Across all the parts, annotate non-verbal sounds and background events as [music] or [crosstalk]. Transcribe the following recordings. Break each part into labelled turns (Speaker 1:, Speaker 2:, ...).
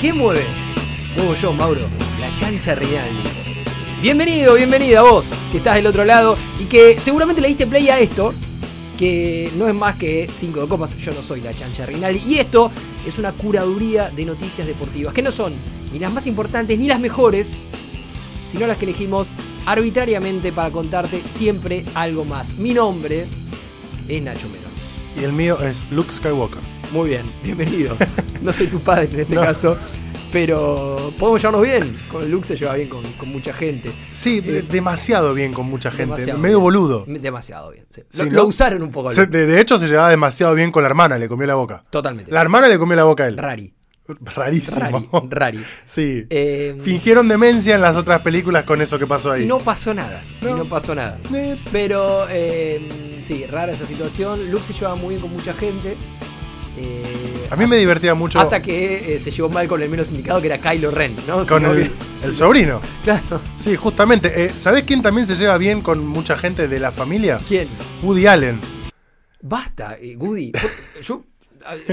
Speaker 1: ¿Qué mueve? Muevo yo, Mauro. La chancha Rinaldi. Bienvenido, bienvenida vos, que estás del otro lado y que seguramente le diste play a esto, que no es más que 5 de copas. Yo no soy la chancha Rinaldi. Y esto es una curaduría de noticias deportivas, que no son ni las más importantes ni las mejores, sino las que elegimos arbitrariamente para contarte siempre algo más. Mi nombre es Nacho Mero.
Speaker 2: Y el mío es Luke Skywalker.
Speaker 1: Muy bien,
Speaker 2: [laughs]
Speaker 1: bienvenido. No soy tu padre en este caso, pero podemos llevarnos bien. Con Luke se lleva bien con, con mucha gente.
Speaker 2: Sí, de- demasiado bien con mucha gente.
Speaker 1: Demasiado
Speaker 2: medio
Speaker 1: bien.
Speaker 2: boludo.
Speaker 1: M- Demasiado bien. sí.
Speaker 2: Sí,
Speaker 1: lo,
Speaker 2: ¿no?
Speaker 1: lo usaron un poco. a
Speaker 2: Se-
Speaker 1: Luke.
Speaker 2: de, de hecho, se llevaba demasiado bien con la hermana, le comió la boca.
Speaker 1: Totalmente.
Speaker 2: La hermana le comió la boca a él.
Speaker 1: Rari. Rari.
Speaker 2: [laughs] Rarísimo.
Speaker 1: Rari.
Speaker 2: Sí.
Speaker 1: Eh,
Speaker 2: Fingieron demencia en las otras películas con eso que pasó ahí.
Speaker 1: y no pasó nada. Y
Speaker 2: No.
Speaker 1: no pasó nada.
Speaker 2: Eh,
Speaker 1: Pero eh, sí, rara esa situación. Luke se llevaba muy bien con mucha gente. Eh,
Speaker 2: a mí me divertía mucho
Speaker 1: Hasta que eh, se llevó mal con el menos indicado, que era Kylo Ren, ¿no?
Speaker 2: con
Speaker 1: Sino
Speaker 2: el,
Speaker 1: que-
Speaker 2: el sobrino.
Speaker 1: [laughs] Claro.
Speaker 2: Sí, justamente. Eh, ¿Sabés quién también se lleva bien con mucha gente de la familia?
Speaker 1: ¿Quién?
Speaker 2: Woody Allen.
Speaker 1: Basta, eh, Goody. Yo,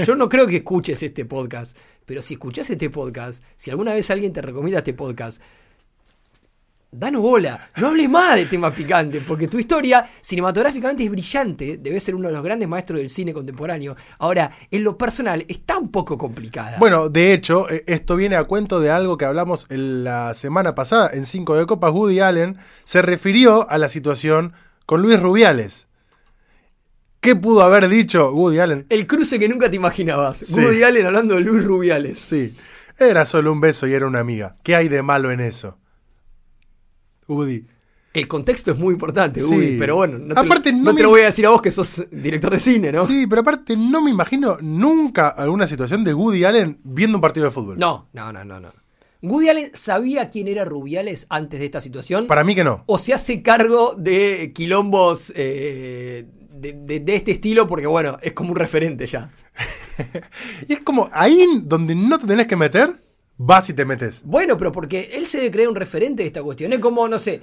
Speaker 1: yo no creo que escuches este podcast, pero si escuchás este podcast, si alguna vez alguien te recomienda este podcast, danos bola. No hables más de temas picantes, porque tu historia cinematográficamente es brillante. Debes ser uno de los grandes maestros del cine contemporáneo. Ahora, en lo personal, está un poco complicada.
Speaker 2: Bueno, de hecho, eh, esto viene a cuento de algo que hablamos en la semana pasada en Cinco de Copas. Woody Allen se refirió a la situación con Luis Rubiales. ¿Qué pudo haber dicho Woody Allen?
Speaker 1: El cruce que nunca te imaginabas.
Speaker 2: Sí.
Speaker 1: Woody Allen hablando de Luis Rubiales.
Speaker 2: Sí, era solo un beso y era una amiga. ¿Qué hay de malo en eso? Woody.
Speaker 1: El contexto es muy importante,
Speaker 2: Sí.
Speaker 1: Woody, pero bueno, no, te,
Speaker 2: Aparte,
Speaker 1: lo,
Speaker 2: no
Speaker 1: no te
Speaker 2: me-
Speaker 1: lo voy a decir a vos que sos director de cine, ¿no?
Speaker 2: Sí, pero aparte no me imagino nunca alguna situación de Woody Allen viendo un partido de fútbol.
Speaker 1: No, no, no, no, no. Woody Allen sabía quién era Rubiales antes de esta situación.
Speaker 2: Para mí que no.
Speaker 1: O se hace cargo de quilombos eh, de, de- de este estilo porque, bueno, es como un referente ya.
Speaker 2: Y es como ahí donde no te tenés que meter, vas y te metes.
Speaker 1: Bueno, pero porque él se debe creer un referente de esta cuestión. Es como, no sé,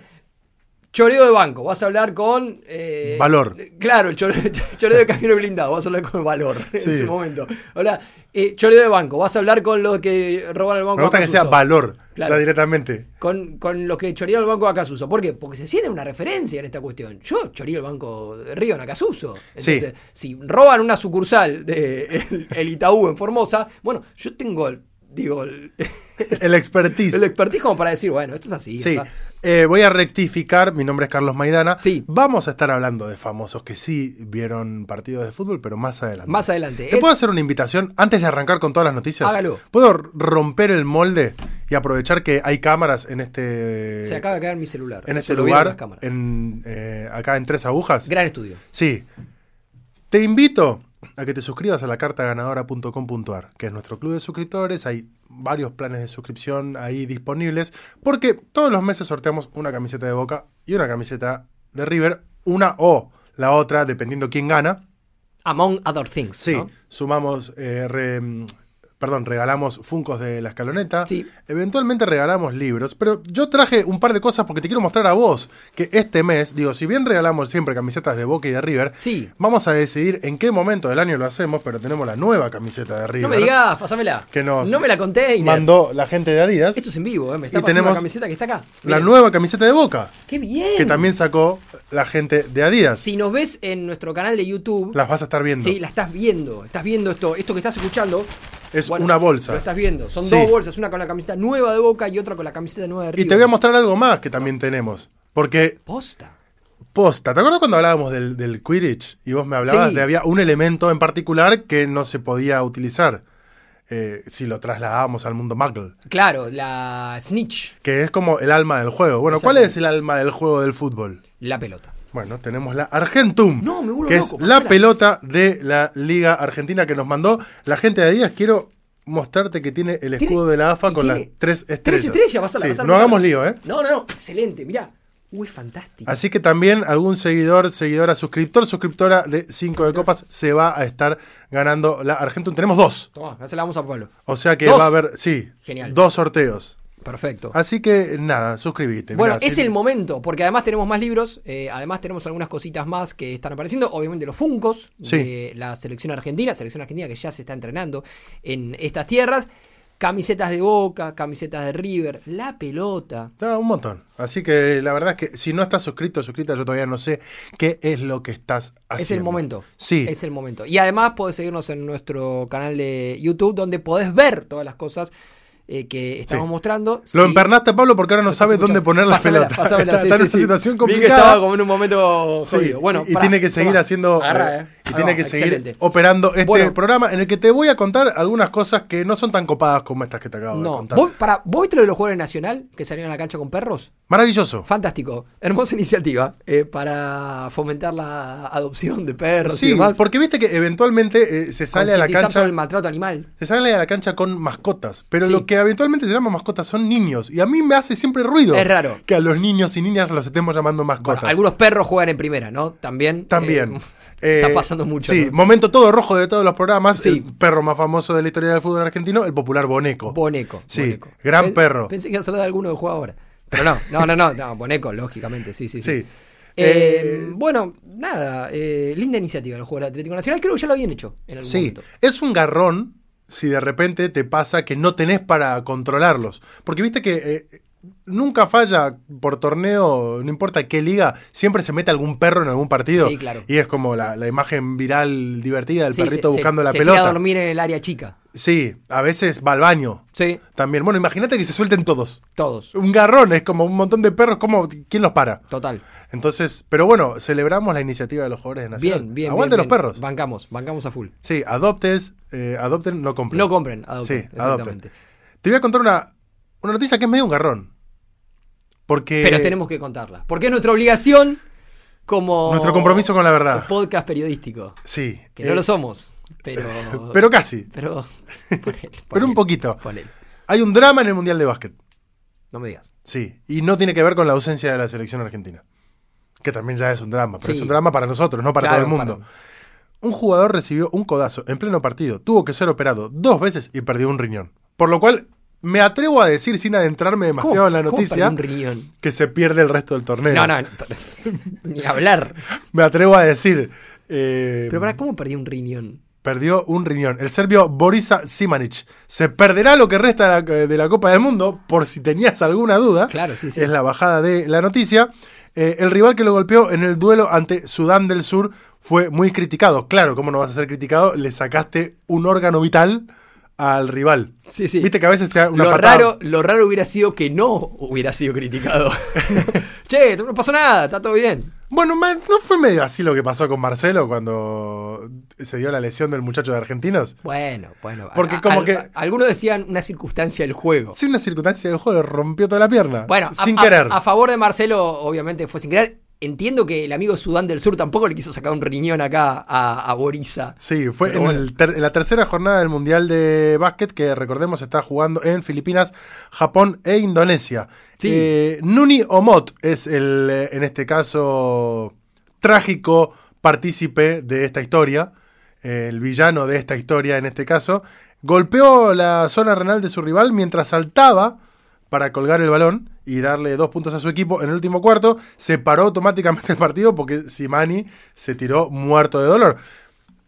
Speaker 1: choreo de banco. Vas a hablar con... eh,
Speaker 2: Valor.
Speaker 1: Claro, el choreo, [laughs] choreo de camino blindado. Vas a hablar con valor en
Speaker 2: Sí.
Speaker 1: ese momento. Ahora, eh, choreo de banco. Vas a hablar con los que roban el banco.
Speaker 2: Me gusta
Speaker 1: a
Speaker 2: que sea
Speaker 1: Casuso.
Speaker 2: valor,
Speaker 1: Claro. [laughs]
Speaker 2: ya directamente.
Speaker 1: con, con los que choría el banco de Acasuso. ¿Por qué? Porque se siente una referencia en esta cuestión. Yo choría el banco de Río en Acasuso. Entonces, si roban una sucursal de [laughs] el, el Itaú en Formosa, bueno, yo tengo el, digo,
Speaker 2: [laughs]
Speaker 1: el,
Speaker 2: El expertise.
Speaker 1: el expertise como para decir, bueno, esto es así.
Speaker 2: Sí.
Speaker 1: o sea,
Speaker 2: Eh, voy a rectificar, mi nombre es Carlos Maidana.
Speaker 1: Sí.
Speaker 2: Vamos a estar hablando de famosos que sí vieron partidos de fútbol, pero más adelante.
Speaker 1: más adelante.
Speaker 2: ¿Te
Speaker 1: Es-
Speaker 2: puedo hacer una invitación antes de arrancar con todas las noticias?
Speaker 1: Hágalo.
Speaker 2: ¿Puedo romper el molde y aprovechar que hay cámaras en este,
Speaker 1: se acaba de caer mi celular.
Speaker 2: en este
Speaker 1: Eso lo vieron
Speaker 2: lugar,
Speaker 1: las cámaras.
Speaker 2: en, eh, acá en Tres Agujas?
Speaker 1: Gran estudio.
Speaker 2: Sí. Te invito a que te suscribas a la cartaganadora.com.ar, que es nuestro club de suscriptores. Hay varios planes de suscripción ahí disponibles, porque todos los meses sorteamos una camiseta de Boca y una camiseta de River, una o la otra, dependiendo quién gana.
Speaker 1: Among Other Things.
Speaker 2: Sí,
Speaker 1: ¿no?
Speaker 2: sumamos, eh, re- mm, perdón, regalamos funcos de la escaloneta.
Speaker 1: Sí.
Speaker 2: Eventualmente regalamos libros, pero yo traje un par de cosas porque te quiero mostrar a vos que este mes, digo, si bien regalamos siempre camisetas de Boca y de River,
Speaker 1: Sí.
Speaker 2: Vamos a decidir en qué momento del año lo hacemos, pero tenemos la nueva camiseta de River.
Speaker 1: No me digas, pasámela.
Speaker 2: Que nos
Speaker 1: no me la conté. Iner.
Speaker 2: Mandó la gente de Adidas.
Speaker 1: Esto es en vivo, ¿eh? me está
Speaker 2: Y
Speaker 1: pasando
Speaker 2: tenemos
Speaker 1: la camiseta que está acá.
Speaker 2: La
Speaker 1: Miren.
Speaker 2: nueva camiseta de Boca,
Speaker 1: ¡Qué bien!
Speaker 2: que también sacó la gente de Adidas.
Speaker 1: Si nos ves en nuestro canal de YouTube,
Speaker 2: Las vas a estar viendo.
Speaker 1: sí, la estás viendo. Estás viendo esto, esto que estás escuchando.
Speaker 2: Es una bolsa.
Speaker 1: Lo estás viendo. Son
Speaker 2: Sí.
Speaker 1: dos bolsas, una con la camiseta nueva de Boca y otra con la camiseta nueva de River.
Speaker 2: y te voy a mostrar algo más que también tenemos. Porque,
Speaker 1: Posta.
Speaker 2: posta, ¿te acuerdas cuando hablábamos del, del Quidditch? Y vos me hablabas
Speaker 1: Sí.
Speaker 2: de había un elemento en particular que no se podía utilizar eh, si lo trasladábamos al mundo Muggle.
Speaker 1: Claro, la snitch,
Speaker 2: Que es como el alma del juego. Bueno, ¿cuál
Speaker 1: Exactamente.
Speaker 2: es el alma del juego del fútbol?
Speaker 1: la pelota.
Speaker 2: Bueno, tenemos la Argentum,
Speaker 1: No, me vuelvo
Speaker 2: que
Speaker 1: loco,
Speaker 2: es la
Speaker 1: pasala.
Speaker 2: pelota de la Liga Argentina que nos mandó la gente de Adidas. Quiero mostrarte que tiene el
Speaker 1: Tiene-
Speaker 2: escudo de la AFA
Speaker 1: y
Speaker 2: con las
Speaker 1: tiene
Speaker 2: tres estrellas.
Speaker 1: Tres estrellas, vas a la
Speaker 2: Sí, No hagamos lío, ¿eh?
Speaker 1: No, no, no. Excelente, mirá. Uy, fantástico.
Speaker 2: Así que también algún seguidor, seguidora, suscriptor, suscriptora de 5 de Copas se va a estar ganando la Argentum. Tenemos dos.
Speaker 1: Tomá, ya se la vamos a Pablo.
Speaker 2: O sea que
Speaker 1: ¿Dos?
Speaker 2: va a haber, sí,
Speaker 1: Genial.
Speaker 2: dos sorteos.
Speaker 1: Perfecto.
Speaker 2: Así que nada, suscribite.
Speaker 1: Bueno,
Speaker 2: Mirá,
Speaker 1: es
Speaker 2: sí.
Speaker 1: el momento, porque además tenemos más libros, eh, además tenemos algunas cositas más que están apareciendo, obviamente los Funcos
Speaker 2: Sí.
Speaker 1: de la selección argentina, selección argentina que ya se está entrenando en estas tierras, Camisetas de Boca, camisetas de River, la pelota.
Speaker 2: Está un montón. Así que la verdad es que si no estás suscrito o suscrita, yo todavía no sé qué es lo que estás haciendo.
Speaker 1: Es el momento.
Speaker 2: Sí.
Speaker 1: Es el momento. Y además podés seguirnos en nuestro canal de YouTube donde podés ver todas las cosas eh, que estamos
Speaker 2: Sí.
Speaker 1: mostrando.
Speaker 2: Lo
Speaker 1: Sí.
Speaker 2: empernaste, Pablo, porque ahora no
Speaker 1: Lo estás
Speaker 2: sabes dónde
Speaker 1: escuchando.
Speaker 2: poner la
Speaker 1: Pásamela,
Speaker 2: pelota.
Speaker 1: pásamela,
Speaker 2: está
Speaker 1: sí,
Speaker 2: está en
Speaker 1: sí,
Speaker 2: una
Speaker 1: sí.
Speaker 2: situación
Speaker 1: Vi que
Speaker 2: complicada.
Speaker 1: estaba como en un momento
Speaker 2: Sí,
Speaker 1: jodido. Bueno,
Speaker 2: y, y
Speaker 1: pará,
Speaker 2: tiene que seguir
Speaker 1: toma.
Speaker 2: haciendo
Speaker 1: Agarra, eh.
Speaker 2: eh, y
Speaker 1: Ahí
Speaker 2: tiene
Speaker 1: va,
Speaker 2: que seguir
Speaker 1: excelente.
Speaker 2: operando este
Speaker 1: Bueno.
Speaker 2: programa en el que te voy a contar algunas cosas que no son tan copadas como estas que te acabo de
Speaker 1: No,
Speaker 2: contar.
Speaker 1: ¿Vos, pará, ¿vos viste lo de los jugadores de nacional que salieron a la cancha con perros?
Speaker 2: Maravilloso.
Speaker 1: Fantástico, hermosa [laughs] iniciativa eh, para fomentar la adopción de perros y
Speaker 2: Sí,
Speaker 1: demás.
Speaker 2: porque viste que eventualmente eh, se sale a la
Speaker 1: Concientizar
Speaker 2: cancha
Speaker 1: sobre el maltrato animal.
Speaker 2: se sale a la cancha con mascotas, pero
Speaker 1: Sí.
Speaker 2: lo que habitualmente se llama mascotas son niños y a mí me hace siempre ruido
Speaker 1: Es raro.
Speaker 2: que a los niños y niñas los estemos llamando
Speaker 1: Bueno,
Speaker 2: mascotas.
Speaker 1: algunos perros juegan en primera, ¿no? También.
Speaker 2: También.
Speaker 1: eh,
Speaker 2: Eh,
Speaker 1: [laughs] está pasando mucho.
Speaker 2: Sí,
Speaker 1: ¿no?
Speaker 2: momento todo rojo de todos los programas.
Speaker 1: Sí.
Speaker 2: El perro más famoso de la historia del fútbol argentino, el popular Boneco.
Speaker 1: Boneco.
Speaker 2: Sí,
Speaker 1: Boneco.
Speaker 2: gran
Speaker 1: Pen-
Speaker 2: perro.
Speaker 1: Pensé que iba a hablar de alguno que juega ahora. Pero no, no, no, no, no, Boneco, lógicamente, sí, sí, sí.
Speaker 2: Sí.
Speaker 1: Eh,
Speaker 2: Eh,
Speaker 1: bueno, nada, eh, linda iniciativa los jugadores de Atlético Nacional. Creo que ya lo habían hecho en algún
Speaker 2: Sí,
Speaker 1: momento.
Speaker 2: es un garrón si de repente te pasa que no tenés para controlarlos. Porque viste que eh, nunca falla por torneo, no importa qué liga, siempre se mete algún perro en algún partido.
Speaker 1: Sí, claro.
Speaker 2: Y es como la, la imagen viral divertida del
Speaker 1: Sí,
Speaker 2: perrito
Speaker 1: se-
Speaker 2: buscando
Speaker 1: se-
Speaker 2: la
Speaker 1: se
Speaker 2: pelota.
Speaker 1: tira a dormir en el área chica.
Speaker 2: Sí, a veces va al baño
Speaker 1: Sí,
Speaker 2: también. Bueno, imagínate que se suelten todos.
Speaker 1: todos.
Speaker 2: Un garrón, es como un montón de perros, como ¿quién los para?
Speaker 1: Total.
Speaker 2: Entonces, pero bueno, celebramos la iniciativa de los jugadores de Nacional.
Speaker 1: Bien, bien.
Speaker 2: Aguante
Speaker 1: bien,
Speaker 2: los
Speaker 1: bien.
Speaker 2: perros.
Speaker 1: Bancamos, bancamos a full.
Speaker 2: Sí, adoptes, eh, adopten, no compren.
Speaker 1: No compren, adopten.
Speaker 2: Sí, Eh,
Speaker 1: exactamente.
Speaker 2: Te voy a contar una, una noticia que es medio un garrón. Porque
Speaker 1: Pero tenemos que contarla. Porque es nuestra obligación como.
Speaker 2: nuestro compromiso con la verdad.
Speaker 1: Podcast periodístico.
Speaker 2: Sí.
Speaker 1: Que
Speaker 2: eh,
Speaker 1: no lo somos, pero.
Speaker 2: [laughs] Pero casi.
Speaker 1: Pero. [laughs] ponele,
Speaker 2: [laughs] Pero un
Speaker 1: ponele,
Speaker 2: poquito.
Speaker 1: ponele.
Speaker 2: Hay un drama en el Mundial de Básquet.
Speaker 1: No me digas.
Speaker 2: Sí. Y no tiene que ver con la ausencia de la selección argentina. Que también ya es un drama. Pero
Speaker 1: Sí.
Speaker 2: es un drama para nosotros, no para
Speaker 1: Claro,
Speaker 2: todo el mundo. Un jugador recibió un codazo en pleno partido. Tuvo que ser operado dos veces y perdió un riñón. Por lo cual, me atrevo a decir sin adentrarme
Speaker 1: ¿Cómo-
Speaker 2: demasiado en la
Speaker 1: cómo perdió
Speaker 2: noticia
Speaker 1: un riñón?
Speaker 2: que se pierde el resto del torneo.
Speaker 1: No, no, no, pero- ni hablar.
Speaker 2: Me atrevo a decir. eh,
Speaker 1: Pero para, ¿cómo perdí un riñón?
Speaker 2: Perdió un riñón. El serbio Borisa Simanic. Se perderá lo que resta de la, de la Copa del Mundo, por si tenías alguna duda.
Speaker 1: Claro, sí, sí.
Speaker 2: Es la bajada de la noticia. Eh, el rival que lo golpeó en el duelo ante Sudán del Sur fue muy criticado. Claro, ¿cómo no vas a ser criticado? Le sacaste un órgano vital al rival.
Speaker 1: Sí, sí.
Speaker 2: Viste que a veces sea una
Speaker 1: lo,
Speaker 2: patada.
Speaker 1: raro, lo raro hubiera sido que no hubiera sido
Speaker 2: [laughs]
Speaker 1: criticado. [laughs] che, no pasó nada, está todo bien.
Speaker 2: Bueno, ma- ¿no fue medio así lo que pasó con Marcelo cuando se dio la lesión del muchacho de Argentinos?
Speaker 1: Bueno, bueno.
Speaker 2: Porque
Speaker 1: a-
Speaker 2: como
Speaker 1: a-
Speaker 2: que-
Speaker 1: a- Algunos decían una circunstancia del juego.
Speaker 2: Sí, una circunstancia del juego le rompió toda la pierna.
Speaker 1: Bueno, a-
Speaker 2: sin
Speaker 1: a,
Speaker 2: querer.
Speaker 1: A, favor de Marcelo, obviamente fue sin querer. Entiendo que el amigo Sudán del Sur tampoco le quiso sacar un riñón acá a, a Borisa.
Speaker 2: Sí, fue
Speaker 1: Pero
Speaker 2: en,
Speaker 1: bueno.
Speaker 2: el ter- en la tercera jornada del Mundial de Básquet que recordemos está jugando en Filipinas, Japón e Indonesia.
Speaker 1: Sí.
Speaker 2: Eh, Nuni Omot es el, eh, en este caso, trágico partícipe de esta historia, eh, el villano de esta historia en este caso, golpeó la zona renal de su rival mientras saltaba para colgar el balón y darle dos puntos a su equipo en el último cuarto, se paró automáticamente el partido porque Simani se tiró muerto de dolor.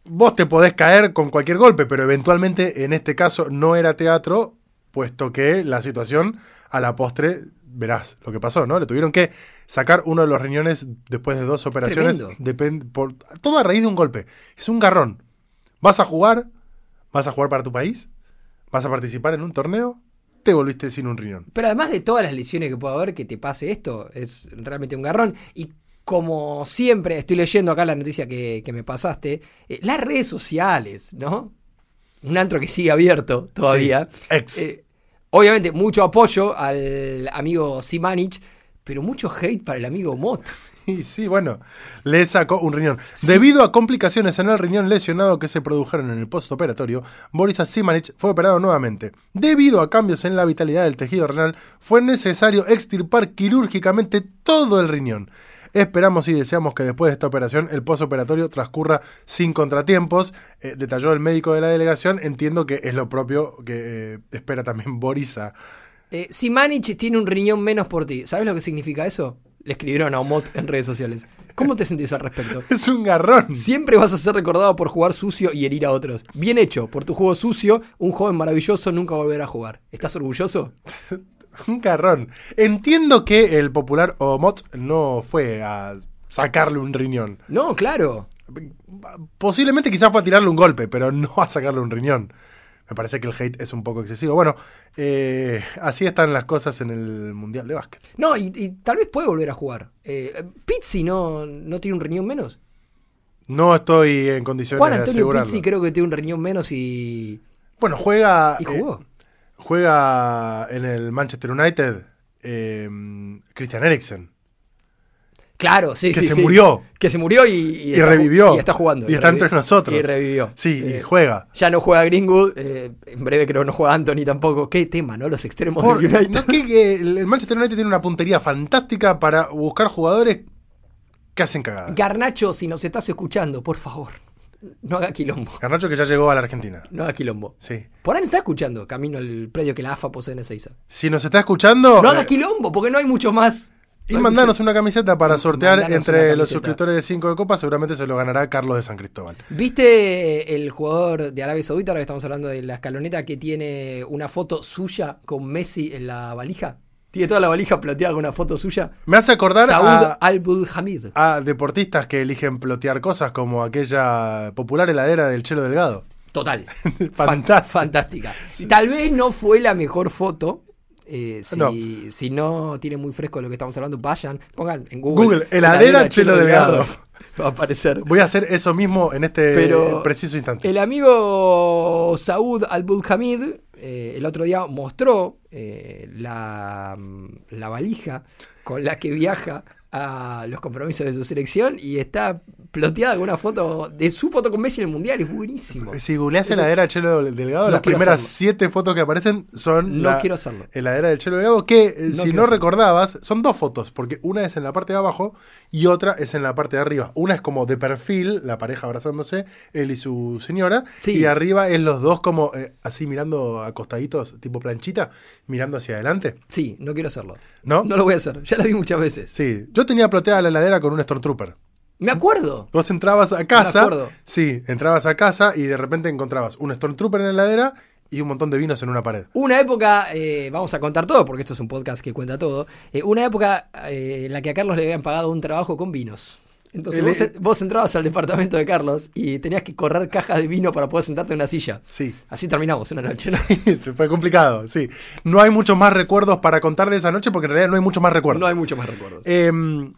Speaker 2: Vos te podés caer con cualquier golpe, pero eventualmente en este caso no era teatro, puesto que la situación a la postre, verás lo que pasó, ¿no? Le tuvieron que sacar uno de los riñones después de dos operaciones.
Speaker 1: Tremendo.
Speaker 2: Depen- por, todo a raíz de un golpe. Es un garrón. ¿Vas a jugar? ¿Vas a jugar para tu país? ¿Vas a participar en un torneo? Te volviste sin un riñón.
Speaker 1: Pero además de todas las lesiones que pueda haber que te pase esto, es realmente un garrón. Y como siempre, estoy leyendo acá la noticia que, que me pasaste, eh, las redes sociales, ¿no? Un antro que sigue abierto todavía.
Speaker 2: Sí. Ex.
Speaker 1: Eh, obviamente, mucho apoyo al amigo Simanich, pero mucho hate para el amigo Mot.
Speaker 2: [laughs] Y sí, bueno, le sacó un riñón. Debido a complicaciones en el riñón lesionado que se produjeron en el postoperatorio, Boris Simanich fue operado nuevamente. Debido a cambios en la vitalidad del tejido renal, fue necesario extirpar quirúrgicamente todo el riñón. Esperamos y deseamos que después de esta operación el postoperatorio transcurra sin contratiempos, eh, detalló el médico de la delegación. Entiendo que es lo propio que eh, espera también Borisa.
Speaker 1: Eh, si Manich tiene un riñón menos por ti, ¿sabes lo que significa eso? Le escribieron a Omot en redes sociales. ¿Cómo te sentís al respecto?
Speaker 2: [laughs] Es un garrón.
Speaker 1: [laughs] Siempre vas a ser recordado por jugar sucio y herir a otros. Bien hecho, por tu juego sucio, un joven maravilloso nunca volverá a jugar. ¿Estás orgulloso?
Speaker 2: Un garrón. Entiendo que el popular Omot no fue a sacarle un riñón.
Speaker 1: No, claro.
Speaker 2: Posiblemente quizás fue a tirarle un golpe, pero no a sacarle un riñón. Me parece que el hate es un poco excesivo. Bueno, eh, así están las cosas en el Mundial de Básquet.
Speaker 1: No, y, y tal vez puede volver a jugar. Eh, Pizzi no, no tiene un riñón menos.
Speaker 2: No estoy en condiciones
Speaker 1: Juan
Speaker 2: de
Speaker 1: Antonio
Speaker 2: asegurarlo.
Speaker 1: Pizzi creo que tiene un riñón menos y.
Speaker 2: Bueno, juega.
Speaker 1: y jugó.
Speaker 2: eh, juega en el Manchester United eh, Christian Eriksen.
Speaker 1: claro, sí,
Speaker 2: que
Speaker 1: sí,
Speaker 2: se
Speaker 1: sí.
Speaker 2: murió.
Speaker 1: Que se murió y. Y,
Speaker 2: Y,
Speaker 1: está ju-
Speaker 2: revivió.
Speaker 1: Y está jugando.
Speaker 2: Y está
Speaker 1: revi-
Speaker 2: entre nosotros.
Speaker 1: Y revivió.
Speaker 2: Sí, y
Speaker 1: Eh,
Speaker 2: juega.
Speaker 1: ya no juega Greenwood. eh, en breve creo no juega Anthony tampoco. Qué tema, ¿no? Los extremos
Speaker 2: Por-
Speaker 1: del United.
Speaker 2: no, que- que el el Manchester United tiene una puntería fantástica para buscar jugadores que hacen cagadas.
Speaker 1: Garnacho, si nos estás escuchando, por favor, no haga quilombo.
Speaker 2: Garnacho que ya llegó a la Argentina.
Speaker 1: No haga quilombo.
Speaker 2: Sí.
Speaker 1: Por ahí nos está escuchando, camino al predio que la AFA posee en Ezeiza.
Speaker 2: Si nos está escuchando,
Speaker 1: No hagas
Speaker 2: eh,
Speaker 1: quilombo, porque no hay muchos más.
Speaker 2: y mandanos una camiseta para sortear
Speaker 1: Mandanos una
Speaker 2: entre los
Speaker 1: camiseta.
Speaker 2: suscriptores de 5 de Copa, seguramente se lo ganará Carlos de San Cristóbal.
Speaker 1: ¿Viste el jugador de Arabia Saudita, ahora que estamos hablando de la escaloneta, que tiene una foto suya con Messi en la valija? Tiene toda la valija plateada con una foto suya.
Speaker 2: Me hace acordar
Speaker 1: Saúd
Speaker 2: a,
Speaker 1: Al-Bulhamid.
Speaker 2: a deportistas que eligen plotear cosas como aquella popular heladera del Chelo Delgado.
Speaker 1: Total.
Speaker 2: [laughs] Fantástica.
Speaker 1: Fan- Fantástica. Y Tal vez no fue la mejor foto. eh, si,
Speaker 2: No.
Speaker 1: si no tiene muy fresco lo que estamos hablando, vayan, pongan en Google.
Speaker 2: Google, heladera Chelo Delgado.
Speaker 1: Va a aparecer.
Speaker 2: Voy a hacer eso mismo en este
Speaker 1: Pero-
Speaker 2: preciso instante.
Speaker 1: El amigo Saud Al-Bulhamid eh, el otro día mostró eh, la, la valija con la que viaja a los compromisos de su selección y está ploteada con una foto de su foto con Messi en el Mundial. Es buenísimo.
Speaker 2: Si googleas
Speaker 1: Eso-
Speaker 2: heladera del Chelo Delgado,
Speaker 1: No
Speaker 2: las
Speaker 1: quiero
Speaker 2: primeras
Speaker 1: hacerlo.
Speaker 2: siete fotos que aparecen son
Speaker 1: No
Speaker 2: la
Speaker 1: quiero hacerlo.
Speaker 2: heladera del Chelo Delgado, que eh,
Speaker 1: No
Speaker 2: si
Speaker 1: quiero
Speaker 2: no
Speaker 1: hacerlo.
Speaker 2: recordabas, son dos fotos, porque una es en la parte de abajo y otra es en la parte de arriba. Una es como de perfil, la pareja abrazándose, él y su señora,
Speaker 1: Sí.
Speaker 2: y arriba es los dos como eh, así mirando acostaditos, tipo planchita, mirando hacia adelante.
Speaker 1: Sí, no quiero hacerlo.
Speaker 2: ¿No?
Speaker 1: No lo voy a hacer. Ya lo vi muchas veces.
Speaker 2: Sí, yo tenía ploteada la heladera con un Stormtrooper.
Speaker 1: Me acuerdo.
Speaker 2: Vos entrabas a
Speaker 1: Me
Speaker 2: casa.
Speaker 1: acuerdo.
Speaker 2: sí, entrabas a casa y de repente encontrabas un Stormtrooper en la heladera y un montón de vinos en una pared.
Speaker 1: Una época, eh, vamos a contar todo, porque esto es un podcast que cuenta todo. eh, una época eh, en la que a Carlos le habían pagado un trabajo con vinos. Entonces
Speaker 2: El- e-
Speaker 1: vos, en- vos entrabas al departamento de Carlos y tenías que correr cajas de vino para poder sentarte en una silla.
Speaker 2: Sí.
Speaker 1: Así terminamos una noche. ¿no?
Speaker 2: [laughs] Fue complicado, sí. No hay muchos más recuerdos para contar de esa noche porque en realidad no hay muchos más recuerdos.
Speaker 1: No hay muchos más recuerdos.
Speaker 2: Em,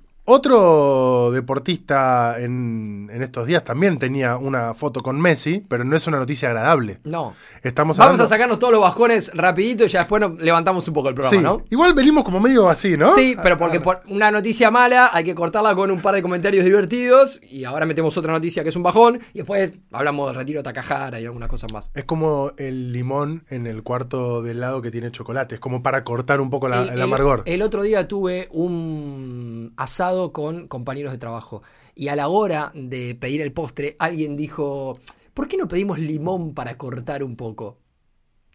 Speaker 2: otro deportista en, en estos días también tenía una foto con Messi, pero no es una noticia agradable.
Speaker 1: no.
Speaker 2: Estamos
Speaker 1: Vamos
Speaker 2: hablando-
Speaker 1: a sacarnos todos los bajones rapidito y ya después nos levantamos un poco el programa,
Speaker 2: Sí.
Speaker 1: ¿no?
Speaker 2: Igual venimos como medio así, ¿no? Ah,
Speaker 1: Sí, pero porque por una noticia mala hay que cortarla con un par de comentarios divertidos y ahora metemos otra noticia que es un bajón y después hablamos de retiro Takahara y algunas cosas más.
Speaker 2: Es como el limón en el cuarto del lado que tiene chocolate. Es como para cortar un poco la-
Speaker 1: el,
Speaker 2: el amargor.
Speaker 1: el otro día tuve un asado con compañeros de trabajo y a la hora de pedir el postre alguien dijo, ¿por qué no pedimos limón para cortar un poco?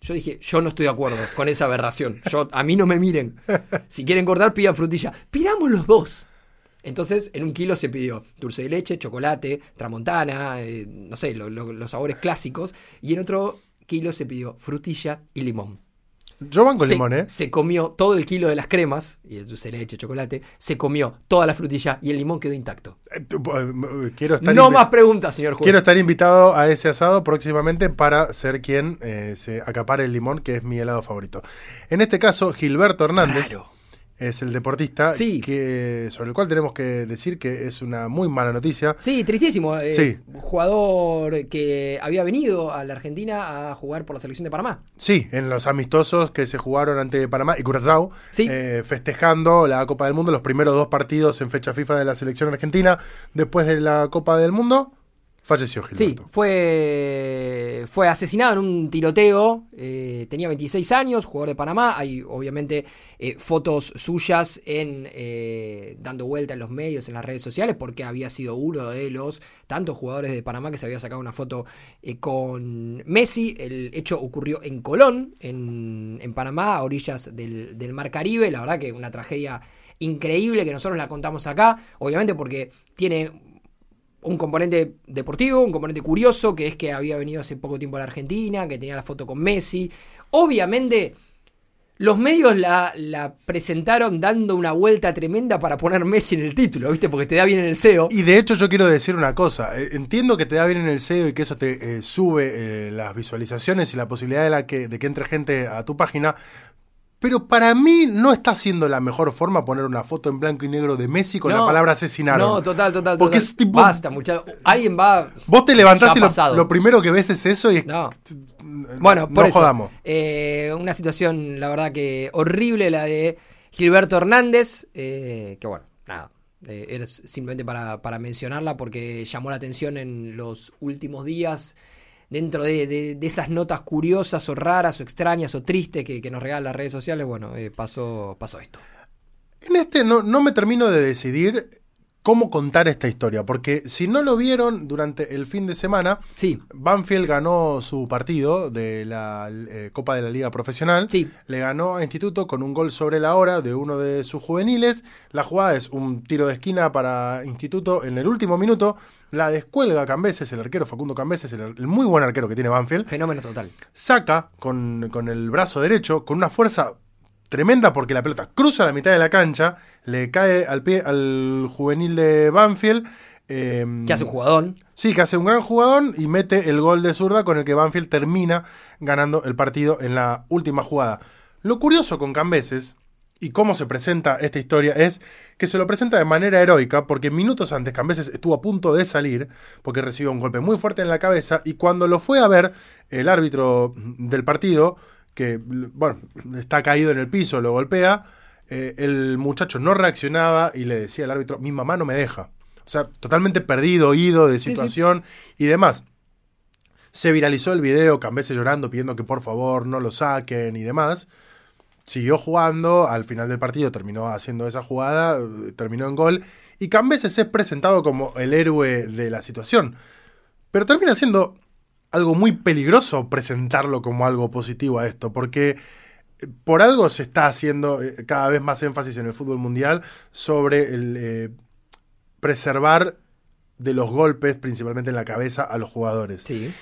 Speaker 1: Yo dije, yo no estoy de acuerdo con esa aberración. Yo, a mí no me miren. Si quieren cortar, pidan frutilla. Pidamos los dos. Entonces, en un kilo se pidió dulce de leche, chocolate, tramontana, eh, no sé, lo- lo- los sabores clásicos. Y en otro kilo se pidió frutilla y limón
Speaker 2: Yo banco el
Speaker 1: se,
Speaker 2: limón, ¿eh?
Speaker 1: se comió todo el kilo de las cremas, y el dulce de leche, chocolate, se comió toda la frutilla y el limón quedó intacto.
Speaker 2: Eh, tú, eh, Quiero estar,
Speaker 1: no
Speaker 2: invi-
Speaker 1: más preguntas, señor juez.
Speaker 2: quiero estar invitado a ese asado próximamente para ser quien eh, se acapare el limón, que es mi helado favorito. En este caso, Gilberto Hernández
Speaker 1: Claro.
Speaker 2: es el deportista
Speaker 1: Sí.
Speaker 2: que, sobre el cual tenemos que decir que es una muy mala noticia.
Speaker 1: Sí, tristísimo. eh,
Speaker 2: Sí.
Speaker 1: Jugador que había venido a la Argentina a jugar por la selección de Panamá.
Speaker 2: Sí, en los amistosos que se jugaron ante Panamá y Curazao,
Speaker 1: Sí.
Speaker 2: eh, festejando la Copa del Mundo, los primeros dos partidos en fecha FIFA de la selección argentina después de la Copa del Mundo. Falleció
Speaker 1: Sí,
Speaker 2: Gilberto.
Speaker 1: fue, fue asesinado en un tiroteo, eh, tenía 26 años, jugador de Panamá, hay obviamente eh, fotos suyas en eh, dando vuelta en los medios, en las redes sociales, porque había sido uno de los tantos jugadores de Panamá que se había sacado una foto eh, con Messi. El hecho ocurrió en Colón, en, en Panamá, a orillas del, del Mar Caribe, la verdad que una tragedia increíble que nosotros la contamos acá, obviamente porque tiene un componente deportivo, un componente curioso, que es que había venido hace poco tiempo a la Argentina, que tenía la foto con Messi. Obviamente, los medios la, la presentaron dando una vuelta tremenda para poner Messi en el título, ¿viste? Porque te da bien en el E SEO.
Speaker 2: Y de hecho yo quiero decir una cosa, Eh, entiendo que te da bien en el SEO y que eso te eh, sube eh, las visualizaciones y la posibilidad de, la que, de que entre gente a tu página, pero para mí no está siendo la mejor forma poner una foto en blanco y negro de Messi con la
Speaker 1: No.
Speaker 2: palabra asesinaron.
Speaker 1: No, total, total.
Speaker 2: Porque
Speaker 1: total.
Speaker 2: es tipo-
Speaker 1: Basta, muchachos. Alguien va.
Speaker 2: Vos te levantás
Speaker 1: Ya
Speaker 2: y lo,
Speaker 1: pasado.
Speaker 2: lo primero que ves es eso y es-
Speaker 1: No.
Speaker 2: no,
Speaker 1: Bueno, por
Speaker 2: no
Speaker 1: eso.
Speaker 2: jodamos.
Speaker 1: eh, una situación, la verdad, que horrible la de Gilberto Hernández. eh, que bueno, nada. eh, era simplemente para, para mencionarla porque llamó la atención en los últimos días. Dentro de, de- de esas notas curiosas o raras o extrañas o tristes que, que nos regalan las redes sociales, bueno, eh, pasó, pasó esto.
Speaker 2: En este no, no me termino de decidir cómo contar esta historia, porque si no lo vieron durante el fin de semana,
Speaker 1: Sí,
Speaker 2: Banfield ganó su partido de la eh, Copa de la Liga Profesional.
Speaker 1: Sí.
Speaker 2: Le ganó a Instituto con un gol sobre la hora de uno de sus juveniles. La jugada es un tiro de esquina para Instituto en el último minuto. La descuelga Cambeses, el arquero Facundo Cambeses, el, ar- el muy buen arquero que tiene Banfield.
Speaker 1: fenómeno total.
Speaker 2: Saca con, con el brazo derecho, con una fuerza tremenda porque la pelota cruza la mitad de la cancha, le cae al pie al juvenil de Banfield. em,
Speaker 1: Que hace un jugadón.
Speaker 2: Sí, que hace un gran jugador y mete el gol de zurda con el que Banfield termina ganando el partido en la última jugada. Lo curioso con Cambeses y cómo se presenta esta historia es que se lo presenta de manera heroica porque minutos antes Cambeses estuvo a punto de salir porque recibió un golpe muy fuerte en la cabeza y cuando lo fue a ver el árbitro del partido, que bueno, está caído en el piso, lo golpea, eh, el muchacho no reaccionaba y le decía al árbitro, mi mamá no me deja. O sea, totalmente perdido, ido de
Speaker 1: Sí, sí.
Speaker 2: situación y demás. Se viralizó el video, Cambese llorando, pidiendo que por favor no lo saquen y demás. Siguió jugando, al final del partido terminó haciendo esa jugada, eh, terminó en gol. Y Cambeses es presentado como el héroe de la situación. Pero termina siendo algo muy peligroso presentarlo como algo positivo a esto, porque eh, por algo se está haciendo eh, cada vez más énfasis en el fútbol mundial sobre el eh, preservar de los golpes, principalmente en la cabeza, a los jugadores.
Speaker 1: Sí.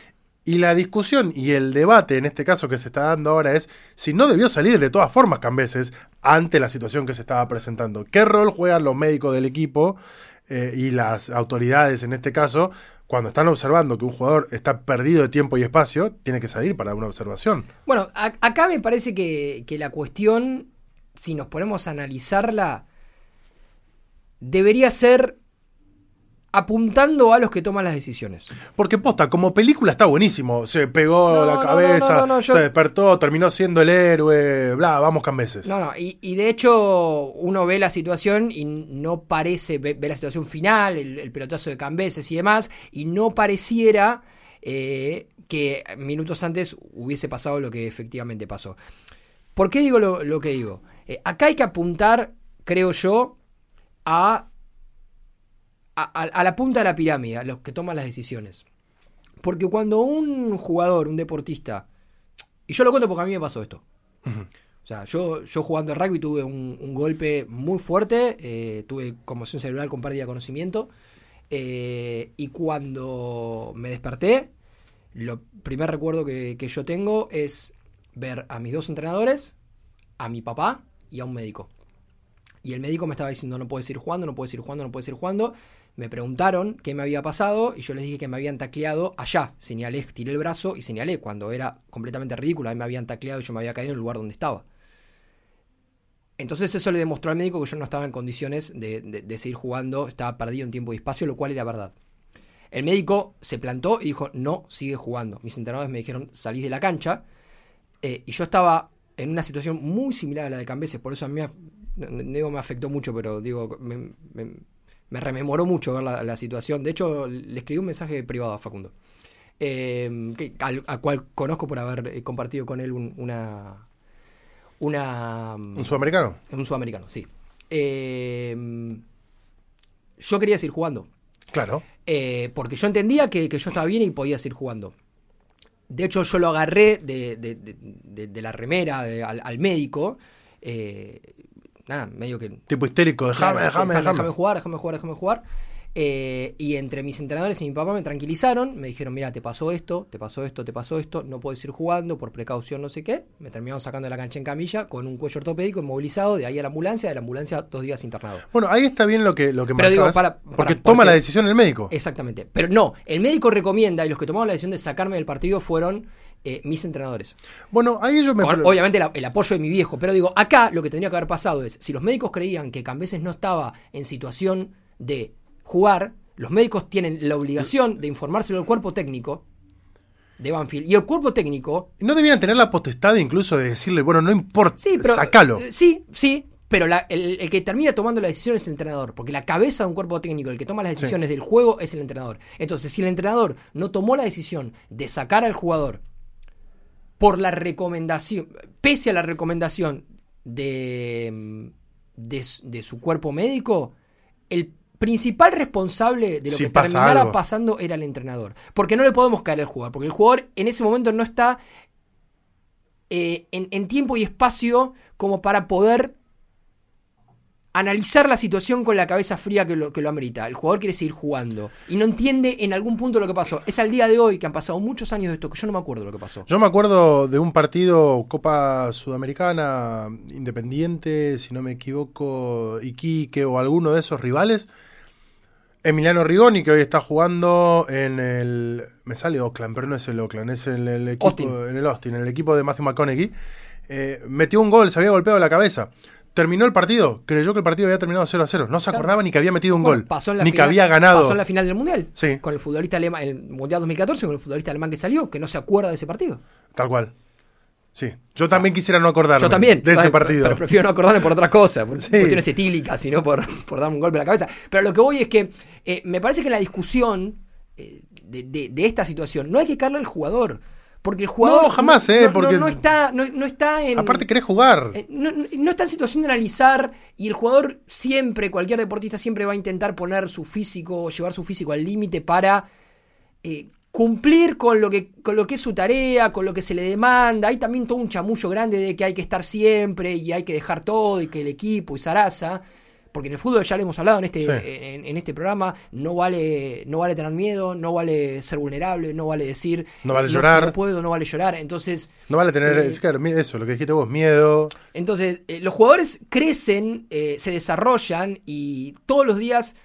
Speaker 2: Y la discusión y el debate en este caso que se está dando ahora es si no debió salir de todas formas Cambeses ante la situación que se estaba presentando. ¿Qué rol juegan los médicos del equipo eh, y las autoridades en este caso cuando están observando que un jugador está perdido de tiempo y espacio? Tiene que salir para una observación.
Speaker 1: Bueno, a- acá me parece que, que la cuestión, si nos ponemos a analizarla, debería ser apuntando a los que toman las decisiones.
Speaker 2: Porque posta, como película está buenísimo. Se pegó
Speaker 1: No,
Speaker 2: la
Speaker 1: no, no,
Speaker 2: cabeza,
Speaker 1: no, no, no, yo-
Speaker 2: se despertó, terminó siendo el héroe, bla, vamos Cambeses.
Speaker 1: No, no, y, y de hecho uno ve la situación y no parece, ve, ve la situación final, el, el pelotazo de Cambeses y demás, y no pareciera eh, que minutos antes hubiese pasado lo que efectivamente pasó. ¿Por qué digo lo, lo que digo? Eh, acá hay que apuntar, creo yo, a, a, a- a la punta de la pirámide, a los que toman las decisiones. Porque cuando un jugador, un deportista, y yo lo cuento porque a mí me pasó esto. O sea, yo, yo jugando al rugby tuve un, un golpe muy fuerte, eh, tuve conmoción cerebral con pérdida de conocimiento. eh, y cuando me desperté, lo primer recuerdo que, que yo tengo es ver a mis dos entrenadores, a mi papá y a un médico. Y el médico me estaba diciendo, no puedes ir jugando, no puedes ir jugando, no puedes ir jugando. Me preguntaron qué me había pasado y yo les dije que me habían tacleado allá. Señalé, tiré el brazo y señalé cuando era completamente ridículo. A mí me habían tacleado y yo me había caído en el lugar donde estaba. Entonces eso le demostró al médico que yo no estaba en condiciones de, de- de seguir jugando, estaba perdido en tiempo y espacio, lo cual era verdad. El médico se plantó y dijo, no, sigue jugando. Mis entrenadores me dijeron, salís de la cancha. Eh, y yo estaba en una situación muy similar a la de Cambeses, por eso a mí me af- no- no digo me afectó mucho, pero digo, me, me- me rememoró mucho ver la, la situación. De hecho, le escribí un mensaje privado a Facundo, eh, que, al, a cual conozco por haber eh, compartido con él un- una... Una...
Speaker 2: ¿Un sudamericano?
Speaker 1: Un sudamericano, sí. Eh, yo quería seguir jugando.
Speaker 2: Claro.
Speaker 1: Eh, porque yo entendía que, que yo estaba bien y podía seguir jugando. De hecho, yo lo agarré de, de- de- de- de la remera de- al, al médico. eh, nada, medio que.
Speaker 2: Tipo histérico,
Speaker 1: claro,
Speaker 2: déjame,
Speaker 1: sí,
Speaker 2: déjame, déjame.
Speaker 1: jugar, déjame jugar, déjame jugar. Eh, y entre mis entrenadores y mi papá me tranquilizaron. Me dijeron: Mira, te pasó esto, te pasó esto, te pasó esto. No puedes ir jugando por precaución, no sé qué. Me terminaron sacando de la cancha en camilla con un cuello ortopédico inmovilizado. De ahí a la ambulancia, de la ambulancia dos días internado.
Speaker 2: Bueno, ahí está bien lo que, lo que
Speaker 1: Pero digo,
Speaker 2: marcabas,
Speaker 1: para- para-
Speaker 2: porque toma
Speaker 1: porque-
Speaker 2: la decisión el médico.
Speaker 1: Exactamente. Pero no, el médico recomienda y los que tomaron la decisión de sacarme del partido fueron eh, mis entrenadores.
Speaker 2: Bueno, ahí yo me...
Speaker 1: Con, obviamente la- el apoyo de mi viejo. Pero digo, acá lo que tendría que haber pasado es, si los médicos creían que Cambeses no estaba en situación de jugar, los médicos tienen la obligación de informárselo al cuerpo técnico de Banfield. Y el cuerpo técnico...
Speaker 2: ¿No debieran tener la potestad incluso de decirle, bueno, no importa,
Speaker 1: Sí, pero...
Speaker 2: sacalo?
Speaker 1: eh, Sí, sí. Pero la- el, el que termina tomando la decisión es el entrenador, porque la cabeza de un cuerpo técnico, el que toma las
Speaker 2: Sí.
Speaker 1: decisiones del juego, es el entrenador. Entonces, si el entrenador no tomó la decisión de sacar al jugador por la recomendación, pese a la recomendación de, mm, de, s- de su cuerpo médico, el principal responsable de lo
Speaker 2: Si
Speaker 1: que
Speaker 2: pasa
Speaker 1: terminara
Speaker 2: algo.
Speaker 1: pasando era el entrenador. Porque no le podemos caer al jugador, porque el jugador en ese momento no está eh, en, en tiempo y espacio como para poder analizar la situación con la cabeza fría que lo, que lo amerita. El jugador quiere seguir jugando y no entiende en algún punto lo que pasó. Es al día de hoy que han pasado muchos años de esto que yo no me acuerdo lo que pasó.
Speaker 2: Yo me acuerdo de un partido Copa Sudamericana, Independiente, si no me equivoco, Iquique o alguno de esos rivales. Emiliano Rigoni, que hoy está jugando en el. Me sale Oakland, pero no es el Oakland, es en el equipo.
Speaker 1: Austin.
Speaker 2: En el Austin, en el equipo de Matthew McConaughey. eh, metió un gol, se había golpeado la cabeza. Terminó el partido, creyó que el partido había terminado 0 a 0. No se
Speaker 1: Claro.
Speaker 2: acordaba ni que había metido un
Speaker 1: Bueno,
Speaker 2: gol,
Speaker 1: pasó en la
Speaker 2: ni que
Speaker 1: final-
Speaker 2: había ganado.
Speaker 1: Pasó en la final del Mundial.
Speaker 2: Sí.
Speaker 1: Con el futbolista alemán, el Mundial 2014, con el futbolista alemán que salió, que no se acuerda de ese partido.
Speaker 2: Tal cual. Sí. Yo también quisiera no acordarme
Speaker 1: Ah. Yo también.
Speaker 2: de ese
Speaker 1: ¿sabes?
Speaker 2: partido.
Speaker 1: Pero prefiero no acordarme por otras cosas, por
Speaker 2: [laughs] Sí.
Speaker 1: cuestiones etílicas, sino por, por darme un golpe en la cabeza. Pero lo que voy es que eh, me parece que la discusión eh, de, de- de esta situación no hay que cargarle al jugador. Porque el jugador.
Speaker 2: No, jamás, eh,
Speaker 1: no- no-
Speaker 2: porque-
Speaker 1: no está, no, no está en.
Speaker 2: Aparte querés jugar.
Speaker 1: Eh, No, no- no está en situación de analizar y el jugador siempre, cualquier deportista siempre va a intentar poner su físico, llevar su físico al límite para eh, cumplir con lo, que, con lo que es su tarea, con lo que se le demanda. Hay también todo un chamullo grande de que hay que estar siempre y hay que dejar todo y que el equipo y Sarasa. Porque en el fútbol ya lo hemos hablado en este,
Speaker 2: Sí.
Speaker 1: en, en este programa, no vale, no vale tener miedo, no vale ser vulnerable, no vale decir
Speaker 2: No vale
Speaker 1: eh,
Speaker 2: llorar.
Speaker 1: No, puedo, no vale llorar. Entonces,
Speaker 2: no vale tener
Speaker 1: eh,
Speaker 2: es claro, mi- eso, lo que dijiste vos, miedo.
Speaker 1: entonces, eh, los jugadores crecen, eh, se desarrollan y todos los días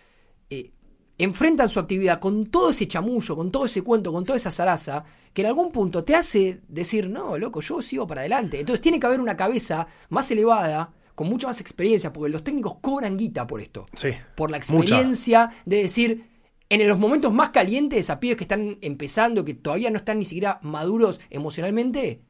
Speaker 1: eh, enfrentan su actividad con todo ese chamullo, con todo ese cuento, con toda esa zaraza, que en algún punto te hace decir, no, loco, yo sigo para adelante. Entonces tiene que haber una cabeza más elevada, con mucha más experiencia, porque los técnicos cobran guita por esto
Speaker 2: Sí.
Speaker 1: por la
Speaker 2: Mucha.
Speaker 1: experiencia de decir, en los momentos más calientes a pibes que están empezando, que todavía no están ni siquiera maduros emocionalmente,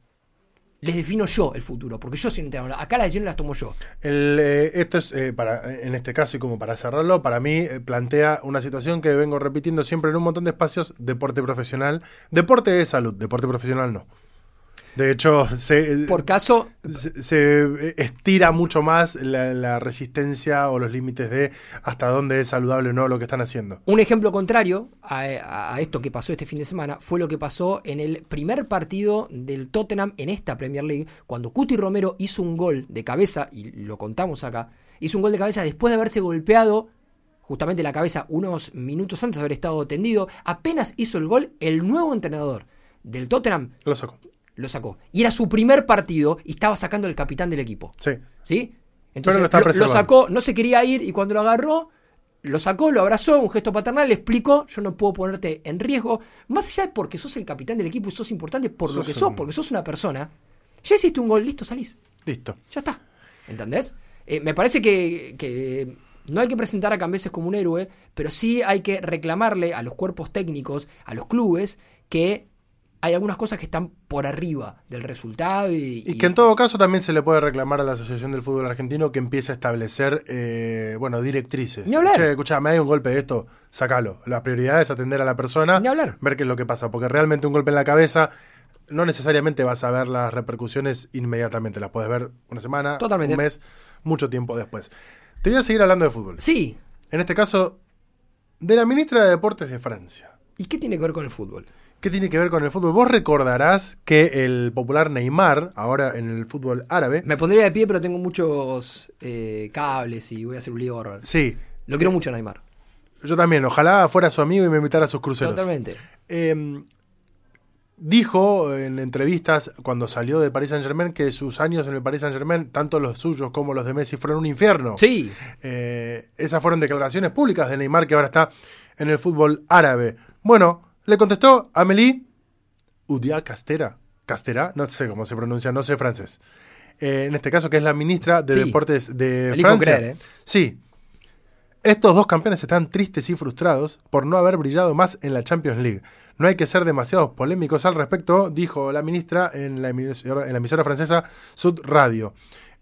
Speaker 1: les defino yo el futuro, porque yo soy un entrenador. Acá las decisiones las tomo yo.
Speaker 2: El, eh, esto es, eh, para, en este caso, y como para cerrarlo, para mí eh, plantea una situación que vengo repitiendo siempre en un montón de espacios, deporte profesional. Deporte de salud, deporte profesional no. De hecho, se,
Speaker 1: Por caso,
Speaker 2: se, se eh, estira mucho más la, la resistencia o los límites de hasta dónde es saludable o no lo que están haciendo.
Speaker 1: un ejemplo contrario a, a esto que pasó este fin de semana fue lo que pasó en el primer partido del Tottenham en esta Premier League, cuando Cuti Romero hizo un gol de cabeza, y lo contamos acá, hizo un gol de cabeza después de haberse golpeado justamente la cabeza unos minutos antes de haber estado tendido, apenas hizo el gol, el nuevo entrenador del Tottenham
Speaker 2: Lo saco.
Speaker 1: lo sacó. Y era su primer partido y estaba sacando el capitán del equipo.
Speaker 2: Sí.
Speaker 1: ¿Sí?
Speaker 2: Pero lo
Speaker 1: Entonces
Speaker 2: está
Speaker 1: lo, lo
Speaker 2: preservando.
Speaker 1: sacó, no se quería ir y cuando lo agarró, lo sacó, lo abrazó, un gesto paternal, le explicó, yo no puedo ponerte en riesgo, más allá de porque sos el capitán del equipo y sos importante por lo
Speaker 2: Sos
Speaker 1: que sos,
Speaker 2: un-
Speaker 1: porque sos una persona, ya hiciste un gol, listo, salís,
Speaker 2: Listo.
Speaker 1: ya está. ¿Entendés? Eh, me parece que, que no hay que presentar a Cambeses como un héroe, pero sí hay que reclamarle a los cuerpos técnicos, a los clubes, que hay algunas cosas que están por arriba del resultado. Y,
Speaker 2: Y que en todo caso también se le puede reclamar a la Asociación del Fútbol Argentino que empiece a establecer, eh, bueno, directrices.
Speaker 1: Ni hablar.
Speaker 2: Che, escuchá, me hay un golpe de esto, sacalo. La prioridad es atender a la persona,
Speaker 1: Ni hablar.
Speaker 2: ver qué es lo que pasa, porque realmente un golpe en la cabeza no necesariamente vas a ver las repercusiones inmediatamente, las puedes ver una semana,
Speaker 1: Totalmente.
Speaker 2: un mes, mucho tiempo después. Te voy a seguir hablando de fútbol.
Speaker 1: Sí.
Speaker 2: En este caso, de la ministra de Deportes de Francia.
Speaker 1: ¿Y qué tiene que ver con el fútbol?
Speaker 2: ¿Qué tiene que ver con el fútbol? Vos recordarás que el popular Neymar, ahora en el fútbol árabe,
Speaker 1: Me pondría de pie, pero tengo muchos eh, cables y voy a hacer un lío bárbaro.
Speaker 2: sí,
Speaker 1: Lo quiero mucho, Neymar.
Speaker 2: yo también, ojalá fuera su amigo y me invitara a sus cruceros.
Speaker 1: Totalmente.
Speaker 2: Eh, dijo en entrevistas cuando salió de Paris Saint Germain que sus años en el Paris Saint Germain, tanto los suyos como los de Messi, fueron un infierno.
Speaker 1: Sí.
Speaker 2: Eh, esas fueron declaraciones públicas de Neymar que ahora está en el fútbol árabe. Bueno, le contestó Amélie Udia Castera. Castera, no sé cómo se pronuncia, no sé francés. Eh, en este caso, que es la ministra de
Speaker 1: Sí.
Speaker 2: Deportes de
Speaker 1: Elijo
Speaker 2: Francia.
Speaker 1: creer, ¿eh?
Speaker 2: Sí. Estos dos campeones están tristes y frustrados por no haber brillado más en la Champions League. No hay que ser demasiados polémicos al respecto, dijo la ministra en la emisora, en la emisora francesa Sud Radio,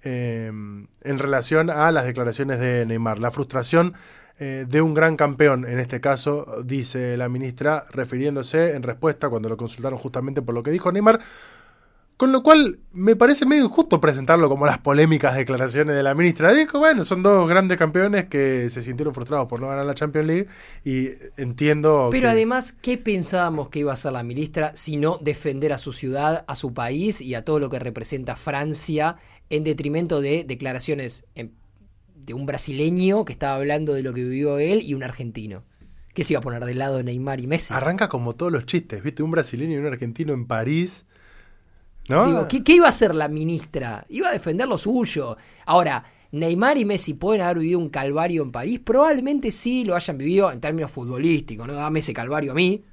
Speaker 2: eh, en relación a las declaraciones de Neymar. La frustración eh, de un gran campeón, en este caso, dice la ministra, refiriéndose en respuesta cuando lo consultaron justamente por lo que dijo Neymar, con lo cual, me parece medio injusto presentarlo como las polémicas declaraciones de la ministra. Dijo, bueno, son dos grandes campeones que se sintieron frustrados por no ganar la Champions League y entiendo
Speaker 1: Pero
Speaker 2: que-
Speaker 1: además, ¿qué pensábamos que iba a hacer la ministra sino defender a su ciudad, a su país y a todo lo que representa Francia en detrimento de declaraciones en- de un brasileño que estaba hablando de lo que vivió él y un argentino? ¿Qué se iba a poner de lado Neymar y Messi?
Speaker 2: arranca como todos los chistes, ¿viste? Un brasileño y un argentino en París. ¿No?
Speaker 1: Digo, ¿qué, qué iba a hacer la ministra? Iba a defender lo suyo. Ahora, Neymar y Messi pueden haber vivido un calvario en París. Probablemente sí lo hayan vivido en términos futbolísticos. No dame ese calvario a mí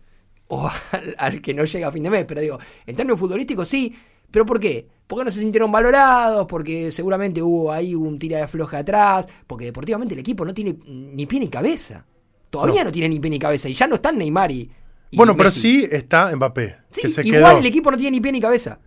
Speaker 1: o [laughs] al, al que no llega a fin de mes. Pero digo, en términos futbolísticos sí. ¿Pero por qué? Porque no se sintieron valorados, porque seguramente hubo ahí un tira de floja atrás, porque deportivamente el equipo no tiene ni pie ni cabeza. Todavía no, tiene ni pie ni cabeza y ya no están Neymar y. y
Speaker 2: bueno, pero
Speaker 1: Messi.
Speaker 2: sí está Mbappé,
Speaker 1: Sí,
Speaker 2: que se
Speaker 1: igual
Speaker 2: quedó.
Speaker 1: el equipo no tiene ni pie ni cabeza.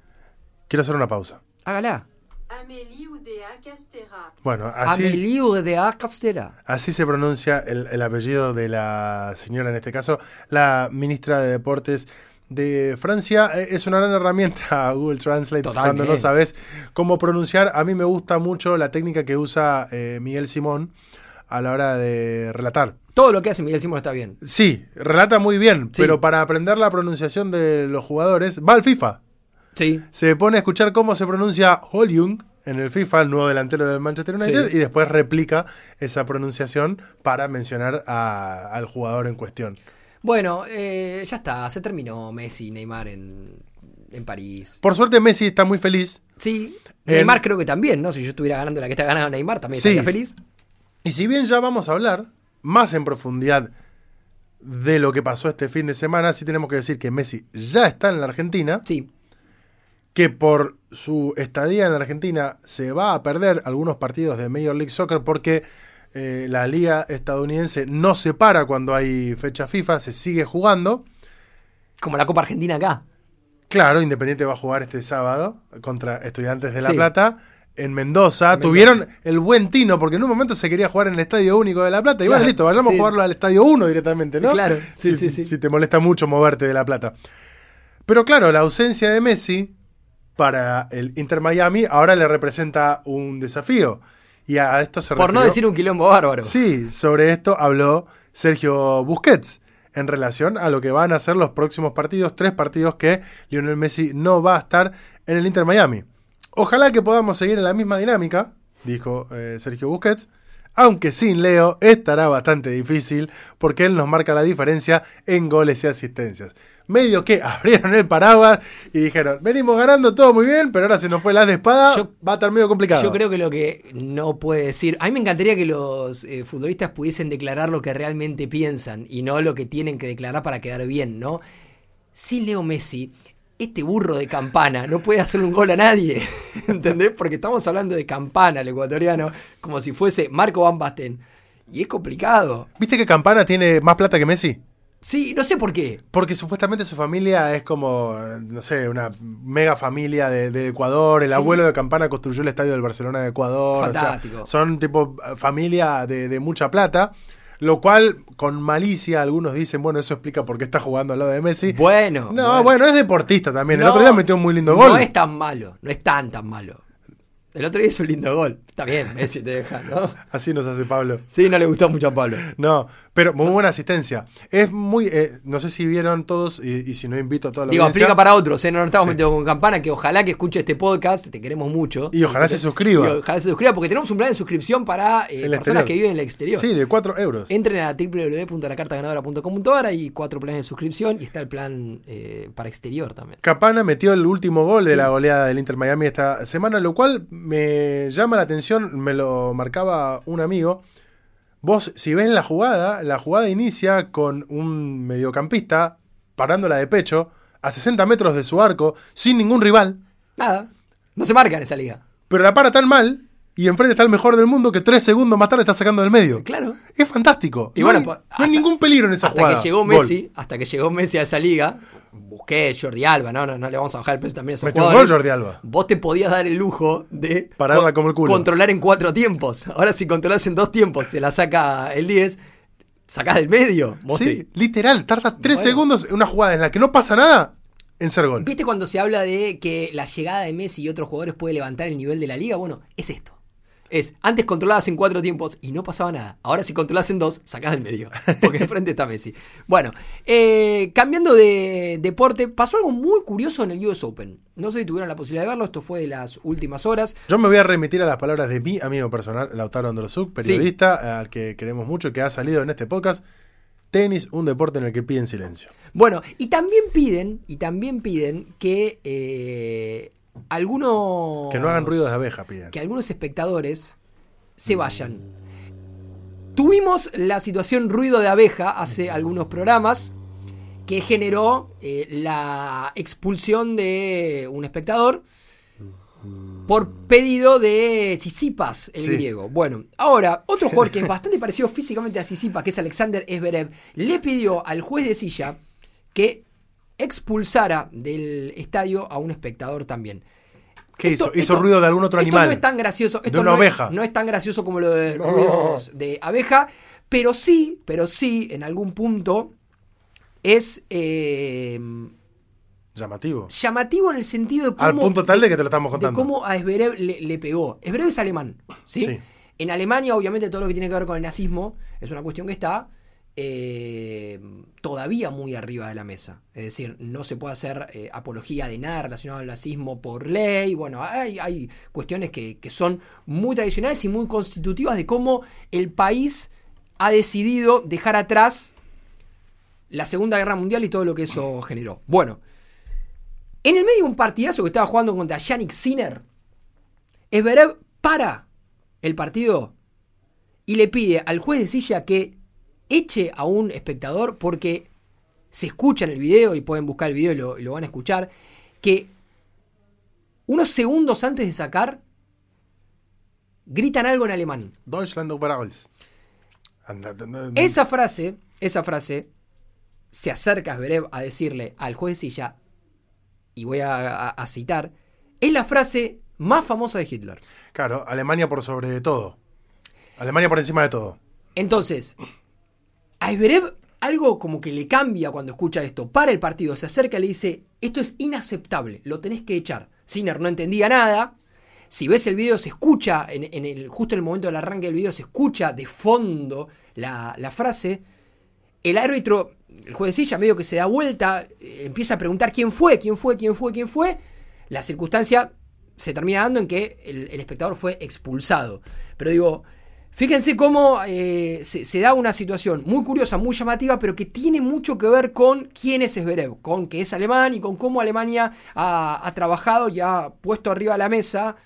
Speaker 2: Quiero hacer una pausa.
Speaker 1: Hágala.
Speaker 3: Amélie Oudéa Castera.
Speaker 2: Bueno,
Speaker 1: Ah,
Speaker 2: así,
Speaker 1: Amélie Oudéa Castera.
Speaker 2: así se pronuncia el, el apellido de la señora, en este caso, la ministra de Deportes de Francia. Eh, Es una gran herramienta [laughs] Google Translate
Speaker 1: Totalmente.
Speaker 2: cuando no sabes cómo pronunciar. A mí me gusta mucho la técnica que usa eh, Miguel Simón a la hora de relatar.
Speaker 1: Todo lo que hace Miguel Simón está bien.
Speaker 2: Sí, relata muy bien,
Speaker 1: Sí.
Speaker 2: pero para aprender la pronunciación de los jugadores, va al FIFA.
Speaker 1: Sí.
Speaker 2: Se pone a escuchar cómo se pronuncia Holyung en el FIFA, el nuevo delantero del Manchester United,
Speaker 1: Sí.
Speaker 2: y después replica esa pronunciación para mencionar a- al jugador en cuestión.
Speaker 1: Bueno, eh, ya está. Se terminó Messi y Neymar en, en París.
Speaker 2: Por suerte Messi está muy feliz.
Speaker 1: Sí.
Speaker 2: En-
Speaker 1: Neymar creo que también, ¿no? Si yo estuviera ganando la que está ganando Neymar, también
Speaker 2: Sí.
Speaker 1: estaría feliz.
Speaker 2: Y si bien ya vamos a hablar más en profundidad de lo que pasó este fin de semana, sí tenemos que decir que Messi ya está en la Argentina.
Speaker 1: Sí.
Speaker 2: que por su estadía en la Argentina se va a perder algunos partidos de Major League Soccer porque eh, la liga estadounidense no se para cuando hay fecha FIFA, se sigue jugando.
Speaker 1: Como la Copa Argentina acá.
Speaker 2: Claro, Independiente va a jugar este sábado contra Estudiantes de La
Speaker 1: Sí.
Speaker 2: Plata. En Mendoza,
Speaker 1: En Mendoza.
Speaker 2: tuvieron el buen tino, porque en un momento se quería jugar en el Estadio Único de La Plata. Y
Speaker 1: Claro,
Speaker 2: bueno, listo, vayamos
Speaker 1: sí.
Speaker 2: a jugarlo al Estadio 1 directamente, ¿no?
Speaker 1: Claro, sí,
Speaker 2: si,
Speaker 1: sí, sí.
Speaker 2: Si te molesta mucho moverte de La Plata. Pero claro, la ausencia de Messi para el Inter Miami ahora le representa un desafío. Y a esto se
Speaker 1: Por no
Speaker 2: refirió-
Speaker 1: decir un quilombo bárbaro.
Speaker 2: Sí, sobre esto habló Sergio Busquets en relación a lo que van a ser los próximos partidos, tres partidos que Lionel Messi no va a estar en el Inter Miami. Ojalá que podamos seguir en la misma dinámica, dijo eh, Sergio Busquets, aunque sin Leo estará bastante difícil porque él nos marca la diferencia en goles y asistencias. Medio que [laughs] abrieron el paraguas y dijeron, venimos ganando todo muy bien, pero ahora se nos fue la de espada,
Speaker 1: Yo-
Speaker 2: va a estar medio complicado.
Speaker 1: Yo creo que lo que no puede decir. A mí me encantaría que los eh, futbolistas pudiesen declarar lo que realmente piensan y no lo que tienen que declarar para quedar bien, ¿no? Sin Leo Messi, este burro de campana no puede hacer un gol a nadie, [laughs] ¿entendés? Porque estamos hablando de campana, el ecuatoriano, como si fuese Marco Van Basten. Y es complicado.
Speaker 2: ¿Viste que Campana tiene más plata que Messi?
Speaker 1: Sí, no sé por qué.
Speaker 2: Porque supuestamente su familia es como, no sé, una mega familia de, de Ecuador. El
Speaker 1: Sí.
Speaker 2: abuelo de Campana construyó el estadio del Barcelona de Ecuador. O sea,
Speaker 1: Fantástico.
Speaker 2: son tipo eh, familia de, de mucha plata. Lo cual, con malicia, algunos dicen, bueno, eso explica por qué está jugando al lado de Messi.
Speaker 1: Bueno.
Speaker 2: no, bueno. es deportista también. el
Speaker 1: No,
Speaker 2: otro día metió un muy lindo gol.
Speaker 1: No es tan malo, no es tan tan malo. El otro día hizo un lindo gol. Está bien, Messi te deja, ¿no?
Speaker 2: Así nos hace Pablo.
Speaker 1: Sí, no le gustó mucho a Pablo.
Speaker 2: No, pero muy buena asistencia. Es muy, eh, no sé si vieron todos y, y si no invito a toda la
Speaker 1: Digo,
Speaker 2: audiencia.
Speaker 1: aplica para otros, ¿eh? No nos estamos metiendo con campana, que ojalá que escuche este podcast, te queremos mucho.
Speaker 2: Y ojalá se suscriba.
Speaker 1: Y ojalá se suscriba, porque tenemos un plan de suscripción para eh,
Speaker 2: El
Speaker 1: personas
Speaker 2: exterior.
Speaker 1: que viven en el exterior.
Speaker 2: Sí, de 4 euros.
Speaker 1: Entren a www.lacartaganadora.com.ar, hay cuatro planes de suscripción y está el plan eh, para exterior también.
Speaker 2: Capana metió el último gol de
Speaker 1: Sí.
Speaker 2: la goleada del Inter Miami esta semana, lo cual me llama la atención, me lo marcaba un amigo. Vos, si ves la jugada, la jugada inicia con un mediocampista parándola de pecho a 60 metros de su arco, sin ningún rival,
Speaker 1: Nada, no se marca en esa liga.
Speaker 2: pero la para tan mal y enfrente está el mejor del mundo que tres segundos más tarde está sacando del medio.
Speaker 1: Claro.
Speaker 2: Es fantástico.
Speaker 1: Y
Speaker 2: no
Speaker 1: bueno,
Speaker 2: hay,
Speaker 1: pues,
Speaker 2: no hay
Speaker 1: hasta-
Speaker 2: ningún peligro en esa
Speaker 1: hasta
Speaker 2: jugada.
Speaker 1: que llegó
Speaker 2: Gol.
Speaker 1: Messi, hasta que llegó Messi a esa liga, busqué Jordi Alba, no, no, no le vamos a bajar el precio también a esos
Speaker 2: Metió un
Speaker 1: jugadores.
Speaker 2: gol Jordi Alba.
Speaker 1: Vos te podías dar el lujo de
Speaker 2: Pararla
Speaker 1: co-
Speaker 2: como el culo.
Speaker 1: controlar en cuatro tiempos. Ahora si controlás en dos tiempos, te la saca el 10, sacás del medio, Mostri.
Speaker 2: Sí, literal, tarda tres
Speaker 1: Bueno.
Speaker 2: segundos en una jugada en la que no pasa nada en ser gol.
Speaker 1: ¿Viste cuando se habla de que la llegada de Messi y otros jugadores puede levantar el nivel de la liga? Bueno, es esto. Es, antes controlabas en cuatro tiempos y no pasaba nada. Ahora si controlás en dos, sacás del
Speaker 2: [laughs]
Speaker 1: medio. Porque enfrente está Messi. Bueno, eh, cambiando de deporte, pasó algo muy curioso en el US Open. No sé si tuvieron la posibilidad de verlo, esto fue de las últimas horas.
Speaker 2: Yo me voy a remitir a las palabras de mi amigo personal, Lautaro Androsuk, periodista al que queremos mucho, que ha salido en este podcast. Tenis, un deporte en el que piden silencio.
Speaker 1: Bueno, y también piden, y también piden que eh, algunos...
Speaker 2: Que no hagan ruidos de abeja, piden.
Speaker 1: que algunos espectadores se vayan. Tuvimos la situación ruido de abeja hace algunos programas que generó eh, la expulsión de un espectador por pedido de Tsitsipas, el
Speaker 2: Sí.
Speaker 1: griego. Bueno, ahora, otro jugador que es bastante parecido físicamente a Tsitsipas, que es Alexander Esberev, le pidió al juez de silla que expulsara del estadio a un espectador también.
Speaker 2: ¿Qué
Speaker 1: Esto-
Speaker 2: hizo? ¿Hizo
Speaker 1: esto-
Speaker 2: ruido de algún otro
Speaker 1: Esto
Speaker 2: animal?
Speaker 1: no es tan gracioso. Esto
Speaker 2: una
Speaker 1: no es-
Speaker 2: oveja.
Speaker 1: no es tan gracioso como lo de ruidos de abeja, pero sí, pero sí, en algún punto es eh,
Speaker 2: Llamativo.
Speaker 1: llamativo en el sentido de cómo.
Speaker 2: Al punto tal de que te lo estamos
Speaker 1: de
Speaker 2: contando.
Speaker 1: cómo a Esberev le, le pegó. Esberev es alemán, ¿sí?
Speaker 2: Sí.
Speaker 1: En Alemania, obviamente, todo lo que tiene que ver con el nazismo es una cuestión que está eh, todavía muy arriba de la mesa. Es decir, no se puede hacer eh, apología de nada relacionado al nazismo por ley. Bueno, hay, hay cuestiones que, que son muy tradicionales y muy constitutivas de cómo el país ha decidido dejar atrás la Segunda Guerra Mundial y todo lo que eso generó. Bueno, en el medio de un partidazo que estaba jugando contra Yannick Sinner, Esberev para el partido y le pide al juez de silla que eche a un espectador porque se escucha en el video y pueden buscar el video y lo, y lo van a escuchar, que unos segundos antes de sacar gritan algo en alemán.
Speaker 2: Deutschland over alles. Anda, anda, anda.
Speaker 1: Esa frase, esa frase, se acerca Zverev a decirle al juez de silla, y voy a, a- a citar, es la frase más famosa de Hitler.
Speaker 2: Claro, Alemania por sobre de todo. Alemania por encima de todo.
Speaker 1: Entonces, a Zverev algo como que le cambia cuando escucha esto. Para el partido, se acerca y le dice, esto es inaceptable, lo tenés que echar. Sinner no entendía nada. Si ves el video, se escucha, en, en el, justo en el momento del arranque del video, se escucha de fondo la, la frase. El árbitro, el juez de silla, medio que se da vuelta, eh, empieza a preguntar quién fue, quién fue, quién fue, quién fue. La circunstancia se termina dando en que el, el espectador fue expulsado. Pero digo, fíjense cómo eh, se, se da una situación muy curiosa, muy llamativa, pero que tiene mucho que ver con quién es Zverev, con que es alemán y con cómo Alemania ha, ha trabajado y ha puesto arriba de la mesa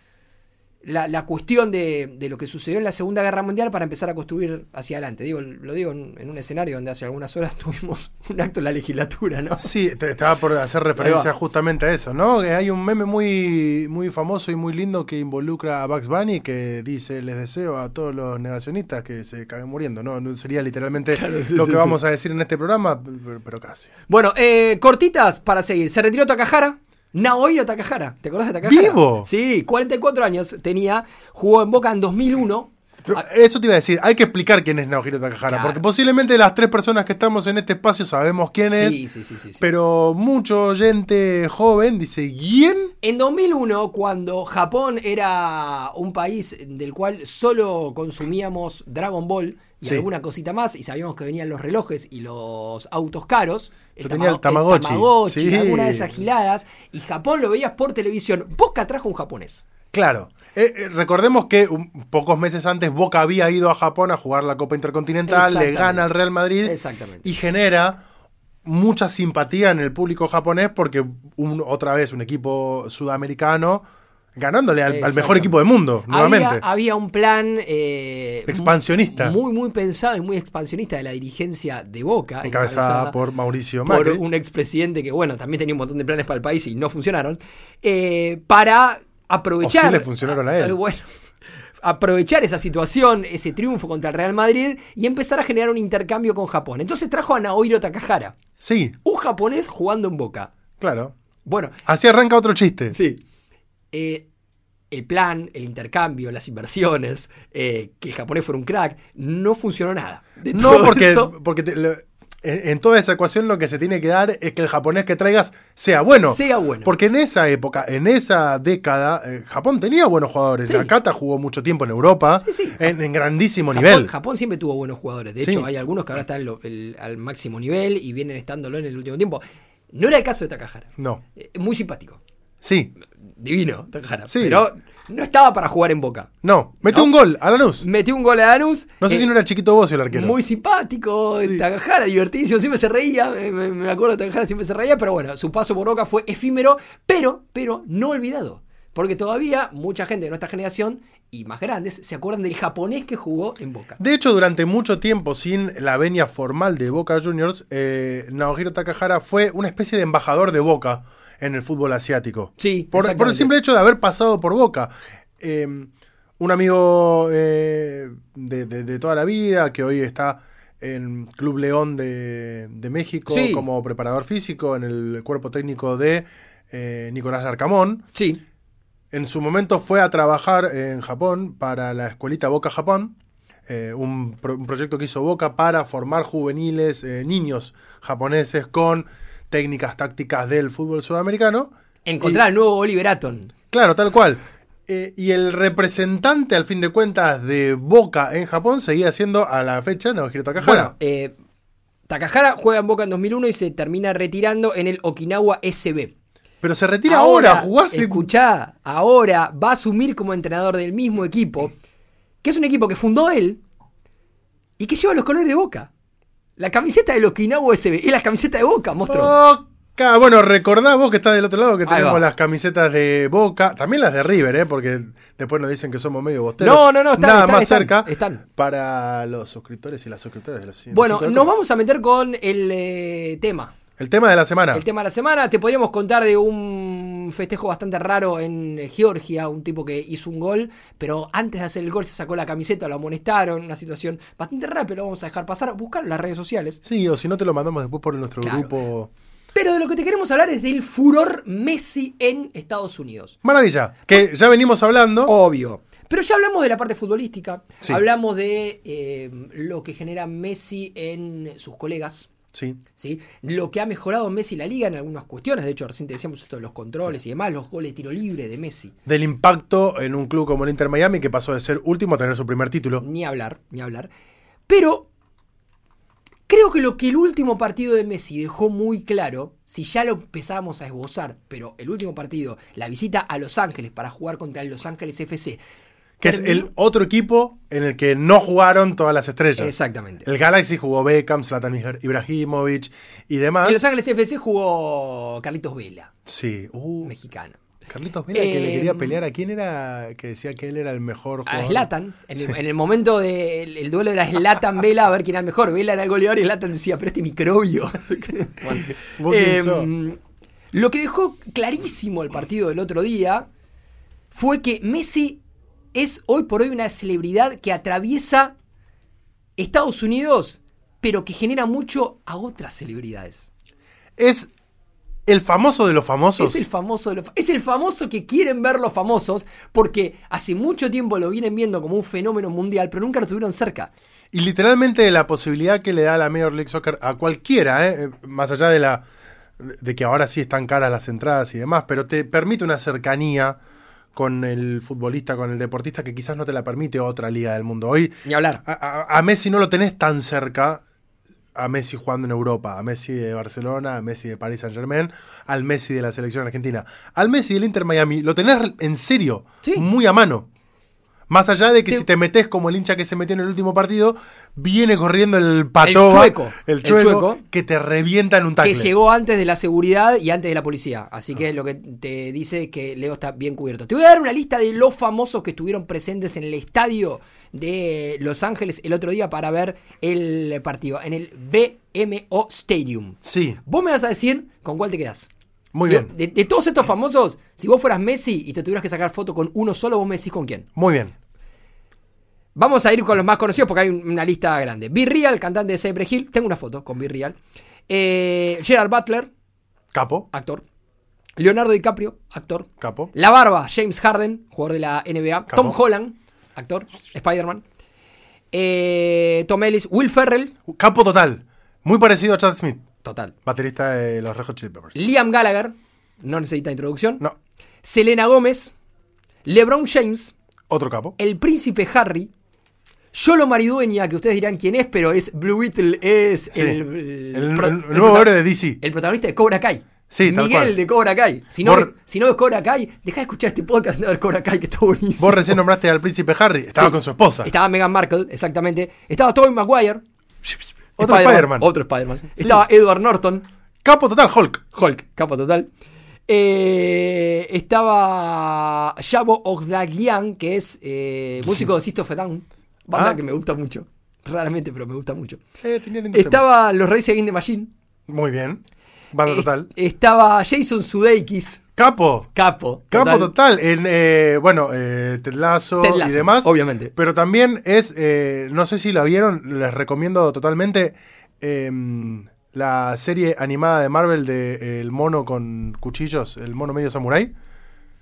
Speaker 1: la, la cuestión de, de lo que sucedió en la Segunda Guerra Mundial para empezar a construir hacia adelante. Digo, lo digo en, en un escenario donde hace algunas horas [laughs] tuvimos un acto en la legislatura, ¿no?
Speaker 2: Sí, te- estaba por hacer referencia
Speaker 1: Ahí va.
Speaker 2: justamente a eso, ¿no? Que hay un meme muy, muy famoso y muy lindo que involucra a Bugs Bunny que dice, les deseo a todos los negacionistas que se caguen muriendo, ¿no? No sería literalmente
Speaker 1: Claro, sí,
Speaker 2: lo
Speaker 1: sí,
Speaker 2: que
Speaker 1: sí.
Speaker 2: vamos a decir en este programa, pero- pero casi.
Speaker 1: Bueno, eh, cortitas para seguir. Se retiró Takahara. Naohiro Takahara. ¿Te acordás de Takahara?
Speaker 2: ¿Vivo?
Speaker 1: Sí, 44 años tenía. Jugó en Boca en 2001. Ah,
Speaker 2: Eso te iba a decir, hay que explicar quién es Naohiro Takahara,
Speaker 1: Claro.
Speaker 2: porque posiblemente las tres personas que estamos en este espacio sabemos quién es,
Speaker 1: Sí, sí, sí, sí. sí.
Speaker 2: pero mucho oyente joven dice, ¿quién?
Speaker 1: En 2001, cuando Japón era un país del cual solo consumíamos Dragon Ball y
Speaker 2: Sí.
Speaker 1: alguna cosita más, y sabíamos que venían los relojes y los autos caros,
Speaker 2: Yo tenía el Tamagotchi.
Speaker 1: Tamagotchi,
Speaker 2: Sí.
Speaker 1: alguna de esas giladas, y Japón lo veías por televisión. Boca trajo un japonés.
Speaker 2: Claro. Eh, eh, recordemos que un- pocos meses antes Boca había ido a Japón a jugar la Copa Intercontinental, le
Speaker 1: Exactamente.
Speaker 2: gana al Real Madrid
Speaker 1: Exactamente.
Speaker 2: y genera mucha simpatía en el público japonés porque un- otra vez un equipo sudamericano ganándole al, al mejor
Speaker 1: Exactamente.
Speaker 2: equipo del mundo, nuevamente.
Speaker 1: Había, había un plan eh,
Speaker 2: Expansionista.
Speaker 1: Muy, muy pensado y muy expansionista de la dirigencia de Boca.
Speaker 2: encabezada, por Mauricio
Speaker 1: por
Speaker 2: Macri.
Speaker 1: un expresidente que, bueno, también tenía un montón de planes para el país y no funcionaron. eh, para aprovechar.
Speaker 2: O sí le funcionaron a él.
Speaker 1: eh, [laughs] bueno, aprovechar esa situación, ese triunfo contra el Real Madrid y empezar a generar un intercambio con Japón. Entonces trajo a Naohiro Takahara,
Speaker 2: Sí,
Speaker 1: un japonés jugando en Boca.
Speaker 2: claro.
Speaker 1: Bueno,
Speaker 2: Así arranca otro chiste.
Speaker 1: Sí. Eh, el plan, el intercambio, las inversiones, eh, que el japonés fuera un crack, no funcionó nada. De
Speaker 2: No,
Speaker 1: todo
Speaker 2: porque,
Speaker 1: eso,
Speaker 2: porque te- lo- en, en toda esa ecuación lo que se tiene que dar es que el japonés que traigas sea bueno.
Speaker 1: Sea bueno.
Speaker 2: Porque en esa época, en esa década, eh, Japón tenía buenos jugadores.
Speaker 1: Sí.
Speaker 2: Nakata jugó mucho tiempo en Europa,
Speaker 1: Sí, sí.
Speaker 2: En, en grandísimo
Speaker 1: Japón,
Speaker 2: nivel.
Speaker 1: Japón siempre tuvo buenos jugadores. De
Speaker 2: Sí.
Speaker 1: hecho, hay algunos que ahora están lo- el- al máximo nivel y vienen estándolo en el último tiempo. No era el caso de Takahara.
Speaker 2: No,
Speaker 1: Eh, muy simpático.
Speaker 2: sí,
Speaker 1: Divino, Takahara.
Speaker 2: Sí.
Speaker 1: Pero no estaba para jugar en Boca.
Speaker 2: no. Metió
Speaker 1: No.
Speaker 2: un gol a Lanús.
Speaker 1: Metió un gol a Danus. eh,
Speaker 2: No sé si no era chiquito vos el arquero.
Speaker 1: Muy simpático, Takahara, divertido, siempre se reía, eh, me, me acuerdo de Takahara, siempre se reía, pero bueno, su paso por Boca fue efímero, pero, pero no olvidado. Porque todavía mucha gente de nuestra generación y más grandes se acuerdan del japonés que jugó en Boca.
Speaker 2: De hecho, durante mucho tiempo, sin la venia formal de Boca Juniors, eh, Naohiro Takahara fue una especie de embajador de Boca en el fútbol asiático.
Speaker 1: Sí,
Speaker 2: por, por el
Speaker 1: exactamente.
Speaker 2: simple hecho de haber pasado por Boca. Eh, un amigo eh, de, de- de toda la vida, que hoy está en Club León de, de México
Speaker 1: Sí.
Speaker 2: como preparador físico, en el cuerpo técnico de eh, Nicolás Larcamón.
Speaker 1: Sí,
Speaker 2: En su momento fue a trabajar en Japón para la escuelita Boca Japón, eh, un, pro- un proyecto que hizo Boca para formar juveniles, eh, niños japoneses con técnicas tácticas del fútbol sudamericano.
Speaker 1: encontrar al nuevo Oliver Aton.
Speaker 2: Claro, tal cual. Eh, y el representante, al fin de cuentas, de Boca en Japón seguía siendo a la fecha Naohiro Takahara.
Speaker 1: Bueno, eh, Takahara juega en Boca en 2001 y se termina retirando en el Okinawa SB.
Speaker 2: pero se retira ahora, jugás y-
Speaker 1: Escuchá, ahora va a asumir como entrenador del mismo equipo, que es un equipo que fundó él y que lleva los colores de Boca. La camiseta de los Okinawa SB es la camiseta de Boca,
Speaker 2: Oh.
Speaker 1: monstruo.
Speaker 2: Boca. Bueno, recordá vos que estás del otro lado que
Speaker 1: Ahí va.
Speaker 2: tenemos las camisetas de Boca, también las de River, ¿eh? porque después nos dicen que somos medio bosteros.
Speaker 1: No, no, no, están,
Speaker 2: Nada
Speaker 1: están,
Speaker 2: más
Speaker 1: están,
Speaker 2: cerca
Speaker 1: están.
Speaker 2: para los suscriptores y las suscriptoras de la siguiente
Speaker 1: bueno,
Speaker 2: cinco de
Speaker 1: nos
Speaker 2: Copa.
Speaker 1: vamos a meter con el eh, tema.
Speaker 2: El tema de la semana.
Speaker 1: El tema de la semana, te podríamos contar de un festejo bastante raro en eh, Georgia, un tipo que hizo un gol, pero antes de hacer el gol se sacó la camiseta, lo amonestaron, una situación bastante rara, pero lo vamos a dejar pasar, buscar en las redes sociales.
Speaker 2: Sí, o si no te lo mandamos después por nuestro
Speaker 1: Claro.
Speaker 2: grupo.
Speaker 1: Pero de lo que te queremos hablar es del furor Messi en Estados Unidos.
Speaker 2: Maravilla, que ya venimos hablando.
Speaker 1: Oh. Obvio. Pero ya hablamos de la parte futbolística,
Speaker 2: Sí.
Speaker 1: hablamos de eh, lo que genera Messi en sus colegas,
Speaker 2: Sí.
Speaker 1: ¿sí? lo que ha mejorado Messi en la liga en algunas cuestiones, de hecho recién te decíamos esto de los controles y demás, los goles de tiro libre de Messi.
Speaker 2: Del impacto en un club como el Inter Miami que pasó de ser último a tener su primer título.
Speaker 1: Ni hablar, ni hablar. Pero creo que lo que el último partido de Messi dejó muy claro, si ya lo empezábamos a esbozar, pero el último partido, la visita a Los Ángeles para jugar contra el Los Ángeles FC.
Speaker 2: Que es
Speaker 1: terminó-
Speaker 2: el otro equipo en el que no jugaron todas las estrellas.
Speaker 1: Exactamente.
Speaker 2: El Galaxy jugó Beckham, Zlatan Ibrahimovic y demás.
Speaker 1: En Los Ángeles FC jugó Carlitos Vela,
Speaker 2: Sí. uh,
Speaker 1: mexicano.
Speaker 2: Carlitos Vela que le quería
Speaker 1: Em,
Speaker 2: pelear a quién era que decía que él era el mejor
Speaker 1: A
Speaker 2: jugador.
Speaker 1: Zlatan, Ah, en, el, en el momento del el duelo era Zlatan-Vela, a ver quién era el mejor. Vela era el goleador y Zlatan decía, pero este
Speaker 2: [laughs]
Speaker 1: microbio.
Speaker 2: Bueno, vos pensó.
Speaker 1: Em, lo que dejó clarísimo el partido del otro día fue que Messi es hoy por hoy una celebridad que atraviesa Estados Unidos, pero que genera mucho a otras celebridades.
Speaker 2: Es el famoso de los famosos.
Speaker 1: Es el famoso, de los fa- es el famoso que quieren ver los famosos porque hace mucho tiempo lo vienen viendo como un fenómeno mundial, pero nunca lo tuvieron cerca.
Speaker 2: Y literalmente la posibilidad que le da la Major League Soccer a cualquiera, ¿eh? Eh, más allá de la de que ahora sí están caras las entradas y demás, pero te permite una cercanía con el futbolista, con el deportista que quizás no te la permite otra liga del mundo. Hoy
Speaker 1: Ni hablar.
Speaker 2: a, a- a Messi no lo tenés tan cerca. A Messi jugando en Europa, a Messi de Barcelona, a Messi de Paris Saint Germain, al Messi de la selección argentina, al Messi del Inter Miami, lo tenés en serio,
Speaker 1: Sí.
Speaker 2: muy a mano. Más allá de que
Speaker 1: Te-
Speaker 2: si te metes como el hincha que se metió en el último partido, viene corriendo el patoba,
Speaker 1: El chueco.
Speaker 2: el
Speaker 1: El
Speaker 2: chueco,
Speaker 1: chueco.
Speaker 2: que te revienta en un tackle.
Speaker 1: Que llegó antes de la seguridad y antes de la policía. Así que lo que te dice es que Leo está bien cubierto. Te voy a dar una lista de los famosos que estuvieron presentes en el estadio de Los Ángeles el otro día para ver el partido en el BMO Stadium.
Speaker 2: Sí,
Speaker 1: Vos me vas a decir con cuál te quedás.
Speaker 2: muy
Speaker 1: Si-
Speaker 2: bien,
Speaker 1: De, de todos estos famosos, si vos fueras Messi y te tuvieras que sacar foto con uno solo, vos me decís con quién.
Speaker 2: muy bien.
Speaker 1: Vamos a ir con los más conocidos porque hay un- una lista grande. B-Real, cantante de Cypress Hill. Tengo una foto con B-Real. Eh, Gerard Butler,
Speaker 2: Capo,
Speaker 1: actor. Leonardo DiCaprio, actor.
Speaker 2: capo.
Speaker 1: La Barba, James Harden, jugador de la NBA.
Speaker 2: Capo.
Speaker 1: Tom Holland, actor. Spider-Man. Eh, Tom Ellis, Will Ferrell,
Speaker 2: Capo total. Muy parecido a Chad Smith,
Speaker 1: total.
Speaker 2: baterista de los Red Hot Chili Peppers.
Speaker 1: Liam Gallagher, no necesita introducción.
Speaker 2: No,
Speaker 1: Selena Gómez, LeBron James,
Speaker 2: otro capo.
Speaker 1: el príncipe Harry. Yolo Maridueña, que ustedes dirán quién es, pero es Blue Beetle, es
Speaker 2: Sí.
Speaker 1: el,
Speaker 2: El,
Speaker 1: pro-
Speaker 2: el
Speaker 1: el
Speaker 2: nuevo
Speaker 1: prota-
Speaker 2: héroe de DC.
Speaker 1: El protagonista de Cobra Kai.
Speaker 2: Sí, tal
Speaker 1: Miguel
Speaker 2: cual.
Speaker 1: de Cobra Kai. Si no,
Speaker 2: Bor-
Speaker 1: si no ves Cobra Kai, deja de escuchar este podcast y anda a ver Cobra Kai, que está buenísimo.
Speaker 2: Vos recién nombraste al príncipe Harry, estaba
Speaker 1: Sí.
Speaker 2: con su esposa.
Speaker 1: Estaba Meghan Markle, exactamente. Estaba Tobey Maguire.
Speaker 2: Otro Spider-Man.
Speaker 1: Otro Spider-Man. Estaba Edward Norton,
Speaker 2: Capo total, Hulk.
Speaker 1: Hulk, capa total. Eh, estaba Yabo Ogdaglian, que es eh, músico de Sisto Down. Banda
Speaker 2: Ah.
Speaker 1: que me gusta mucho. Raramente, pero me gusta mucho.
Speaker 2: Eh, tenía lindos temas.
Speaker 1: Estaba Los Reyes Against the Machine.
Speaker 2: Muy bien. Banda
Speaker 1: Eh,
Speaker 2: Ah, total.
Speaker 1: Estaba Jason Sudeikis,
Speaker 2: Capo.
Speaker 1: capo.
Speaker 2: Capo total. En, eh, bueno, eh, Ted Lasso
Speaker 1: Ted Lasso,
Speaker 2: y demás.
Speaker 1: obviamente.
Speaker 2: Pero también es, eh, no sé si la vieron, les recomiendo totalmente em, la serie animada de Marvel de eh, El mono con cuchillos, el mono medio samurái.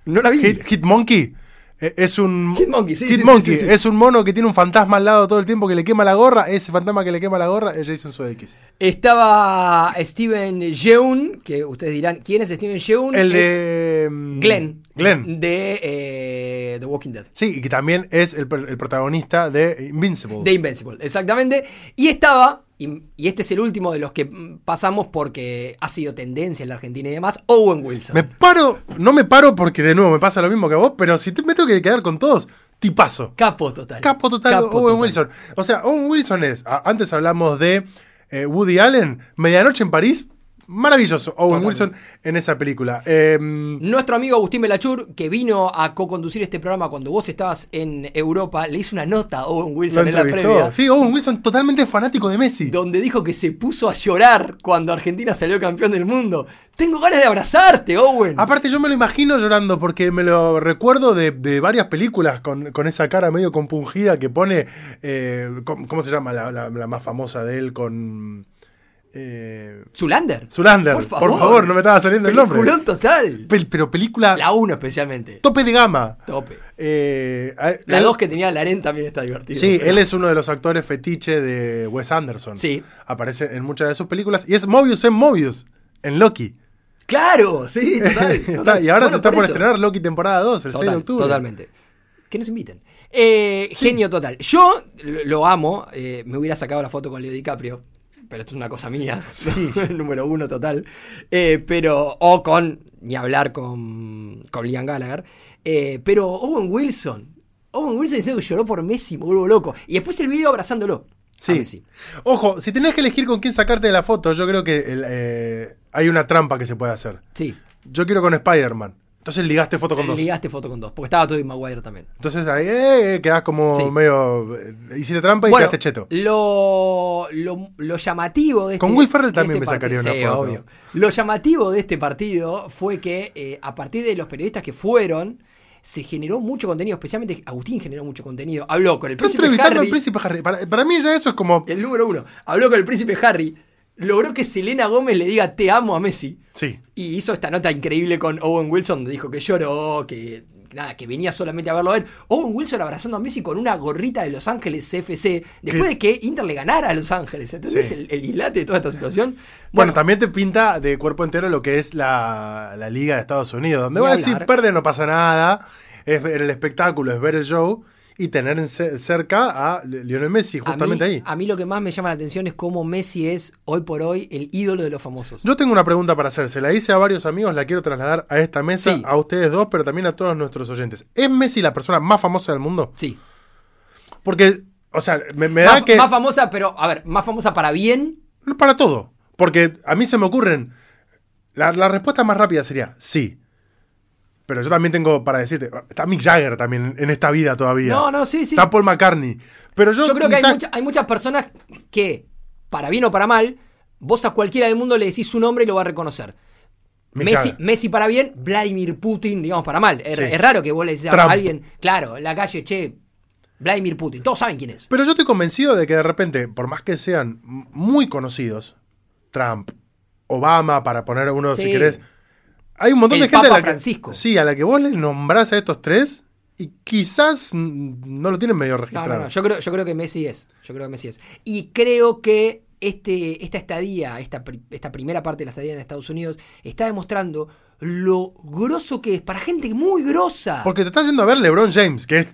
Speaker 1: No la vi.
Speaker 2: Hit, Monkey. eh, Es un.
Speaker 1: Hitmonkey, sí, sí, sí, sí,
Speaker 2: Hitmonkey,
Speaker 1: sí.
Speaker 2: Es un mono que tiene un fantasma al lado todo el tiempo que le quema la gorra. Ese fantasma que le quema la gorra es Jason Sudeikis.
Speaker 1: Estaba Steven Yeun, que ustedes dirán, ¿quién es Steven Yeun?
Speaker 2: El
Speaker 1: Es
Speaker 2: de. mm,
Speaker 1: Glenn.
Speaker 2: Glenn.
Speaker 1: De eh, The Walking Dead.
Speaker 2: Sí, y que también es el, per- el protagonista de Invincible.
Speaker 1: De Invincible, exactamente. Y estaba, y, y este es el último de los que mm, pasamos porque ha sido tendencia en la Argentina y demás, Owen Wilson.
Speaker 2: Me paro, no me paro porque de nuevo me pasa lo mismo que a vos, pero si te, me tengo que quedar con todos, tipazo.
Speaker 1: Capo total.
Speaker 2: Capo total
Speaker 1: Capo
Speaker 2: Owen
Speaker 1: total.
Speaker 2: Wilson. O sea, Owen Wilson es, a- antes hablamos de eh, Woody Allen, Medianoche en París, maravilloso Owen
Speaker 1: Totalmente.
Speaker 2: Wilson en esa película. Em,
Speaker 1: Nuestro amigo Agustín Belachur, que vino a co-conducir este programa cuando vos estabas en Europa, le hizo una nota a Owen
Speaker 2: lo
Speaker 1: Wilson en la previa.
Speaker 2: entrevistó. Sí, Owen Wilson totalmente fanático de Messi.
Speaker 1: Donde dijo que se puso a llorar cuando Argentina salió campeón del mundo. Tengo ganas de abrazarte, Owen.
Speaker 2: Aparte yo me lo imagino llorando porque me lo recuerdo de, de varias películas con, con esa cara medio compungida que pone, eh, ¿cómo, cómo se llama la, la- la más famosa de él con... eh,
Speaker 1: Zulander.
Speaker 2: Zulander, por favor, no me estaba saliendo el nombre.
Speaker 1: Peliculón total.
Speaker 2: Pel- pero película
Speaker 1: La 1 especialmente.
Speaker 2: tope de gama.
Speaker 1: Tope.
Speaker 2: Eh, a-
Speaker 1: La
Speaker 2: él-
Speaker 1: 2 que tenía Laren también está divertida.
Speaker 2: Sí, él es uno de los actores fetiche de Wes Anderson.
Speaker 1: Sí.
Speaker 2: Aparece en muchas de sus películas y es Mobius en Mobius, en Loki.
Speaker 1: Claro,
Speaker 2: [laughs]
Speaker 1: sí, [laughs] total.
Speaker 2: Está-
Speaker 1: total.
Speaker 2: y ahora
Speaker 1: Bueno,
Speaker 2: se está por,
Speaker 1: eso.
Speaker 2: estrenar Loki temporada 2, el 6
Speaker 1: Total,
Speaker 2: de octubre.
Speaker 1: Totalmente. Que nos inviten. Eh, Genio total. Yo lo, lo amo. eh, me hubiera sacado la foto con Leo DiCaprio. Pero esto es una cosa mía. [laughs] Número uno total. Eh, pero. O con. Ni hablar con. Con Liam Gallagher. Eh, pero Owen Wilson. Owen Wilson dice que lloró por Messi. Me vuelvo loco. Y después el video abrazándolo. a
Speaker 2: Sí.
Speaker 1: Messi.
Speaker 2: Ojo, si tenés que elegir con quién sacarte de la foto, yo creo que el, eh, hay una trampa que se puede hacer.
Speaker 1: Sí.
Speaker 2: Yo quiero con Spider-Man. Entonces ligaste foto con dos.
Speaker 1: Ligaste foto con dos, porque estaba Tobey Maguire también.
Speaker 2: Entonces ahí eh, eh, quedás como
Speaker 1: Sí.
Speaker 2: medio. eh, hiciste trampa y
Speaker 1: Bueno,
Speaker 2: quedaste cheto.
Speaker 1: Lo, lo, lo llamativo de este
Speaker 2: Con Will Ferrell
Speaker 1: de
Speaker 2: también
Speaker 1: este
Speaker 2: me sacaría
Speaker 1: partido-
Speaker 2: una
Speaker 1: Sí,
Speaker 2: foto.
Speaker 1: obvio. Lo llamativo de este partido fue que eh, a partir de los periodistas que fueron, se generó mucho contenido, especialmente Agustín generó mucho contenido. Habló con el
Speaker 2: Estás
Speaker 1: príncipe
Speaker 2: entrevistando
Speaker 1: Harry, Eh,
Speaker 2: al príncipe Harry. Para, para mí ya eso es como.
Speaker 1: el número uno. Habló con el príncipe Harry, logró que Selena Gómez le diga te amo a Messi.
Speaker 2: Sí.
Speaker 1: Y hizo esta nota increíble con Owen Wilson, donde dijo que lloró, que nada, que venía solamente a verlo a él. Owen Wilson abrazando a Messi con una gorrita de Los Ángeles CFC, después
Speaker 2: Que-
Speaker 1: de que Inter le ganara a Los Ángeles. ¿Entendés
Speaker 2: Sí.
Speaker 1: el, el hilate de toda esta situación?
Speaker 2: Bueno, también te pinta de cuerpo entero lo que es la, la Liga de Estados Unidos, donde
Speaker 1: Ni
Speaker 2: va a
Speaker 1: hablar.
Speaker 2: decir, perde, no pasa nada, es ver el espectáculo, es ver el show y tener en ce- cerca a Le- Lionel Messi,
Speaker 1: a mí-
Speaker 2: justamente ahí.
Speaker 1: A mí lo que más me llama la atención es cómo Messi es hoy por hoy el ídolo de los famosos.
Speaker 2: Yo tengo una pregunta para hacer, se la hice a varios amigos, la quiero trasladar a esta mesa,
Speaker 1: Sí.
Speaker 2: a ustedes dos, pero también a todos nuestros oyentes. ¿Es Messi la persona más famosa del mundo?
Speaker 1: Sí.
Speaker 2: Porque, o sea, me, me da
Speaker 1: Más,
Speaker 2: que...
Speaker 1: más famosa, pero, a ver, más famosa para bien.
Speaker 2: Para todo. Porque a mí se me ocurren. La, la respuesta más rápida sería sí. Pero yo también tengo para decirte. Está Mick Jagger también en esta vida todavía.
Speaker 1: No, no, sí, sí.
Speaker 2: Está Paul McCartney. Pero yo,
Speaker 1: Yo creo que hay,
Speaker 2: quizás-
Speaker 1: mucha- hay muchas personas que, para bien o para mal, vos a cualquiera del mundo le decís su nombre y lo va a reconocer.
Speaker 2: Mick
Speaker 1: Messi,
Speaker 2: Jagger.
Speaker 1: Messi para bien, Vladimir Putin, digamos, para mal. Es,
Speaker 2: Sí.
Speaker 1: es raro que vos le decís
Speaker 2: Trump.
Speaker 1: a alguien, claro, en la calle, che, Vladimir Putin. Todos saben quién es.
Speaker 2: Pero yo estoy convencido de que de repente, por más que sean m- muy conocidos, Trump, Obama, para poner uno
Speaker 1: Sí.
Speaker 2: si querés, hay un montón
Speaker 1: El
Speaker 2: de gente
Speaker 1: Papa
Speaker 2: a la que,
Speaker 1: Francisco.
Speaker 2: Sí, a la que vos les nombrás a estos tres y quizás mm, no lo tienen medio
Speaker 1: No,
Speaker 2: registrado.
Speaker 1: no, no. Yo creo, yo creo que Messi es. Yo creo que Messi es. Y creo que este, esta estadía, esta, pri- esta primera parte de la estadía en Estados Unidos, está demostrando lo grosso que es para gente muy grosa.
Speaker 2: Porque te estás yendo a ver LeBron James, que es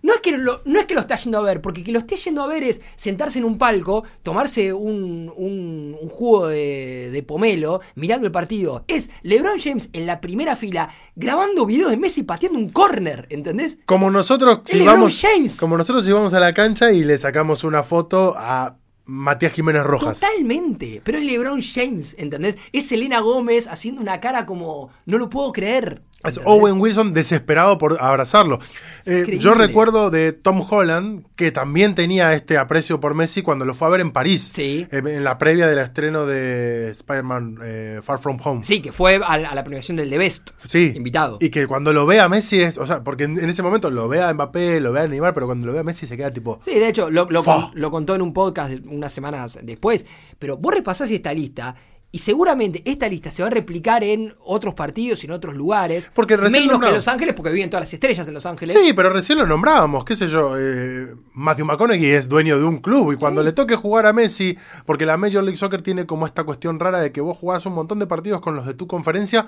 Speaker 1: No es, que lo, no es que lo está yendo a ver, porque que lo esté yendo a ver es sentarse en un palco, tomarse un, un- un jugo de, de pomelo, mirando el partido. Es LeBron James en la primera fila, grabando videos de Messi pateando un córner, ¿entendés?
Speaker 2: Como nosotros si
Speaker 1: LeBron
Speaker 2: vamos.
Speaker 1: James.
Speaker 2: Como nosotros si vamos a la cancha y le sacamos una foto a Matías Jiménez Rojas.
Speaker 1: Totalmente. Pero es LeBron James, ¿entendés? Es Elena Gómez haciendo una cara como, no lo puedo creer.
Speaker 2: Es
Speaker 1: ¿entendés?
Speaker 2: Owen Wilson desesperado por abrazarlo. Eh,
Speaker 1: increíble.
Speaker 2: yo recuerdo de Tom Holland, que también tenía este aprecio por Messi cuando lo fue a ver en París.
Speaker 1: Sí.
Speaker 2: En, en la previa del estreno de Spider-Man eh, Far From Home.
Speaker 1: Sí, que fue a, la- a la premiación del The Best.
Speaker 2: Sí.
Speaker 1: Invitado.
Speaker 2: Y que cuando lo ve a Messi es. O sea, porque en, en ese momento lo ve a Mbappé, lo ve a Neymar, pero cuando lo ve a Messi se queda tipo.
Speaker 1: Sí, de hecho, lo, lo
Speaker 2: Fa.
Speaker 1: con- lo contó en un podcast de- unas semanas después. Pero vos repasás esta lista y seguramente esta lista se va a replicar en otros partidos y en otros lugares.
Speaker 2: Porque recién
Speaker 1: menos que
Speaker 2: nombrado.
Speaker 1: en Los Ángeles, porque viven todas las estrellas en Los Ángeles.
Speaker 2: Sí, pero recién lo nombrábamos, qué sé yo, eh, Matthew McConaughey es dueño de un club y cuando le toque jugar a Messi, porque la Major League Soccer tiene como esta cuestión rara de que vos jugás un montón de partidos con los de tu conferencia,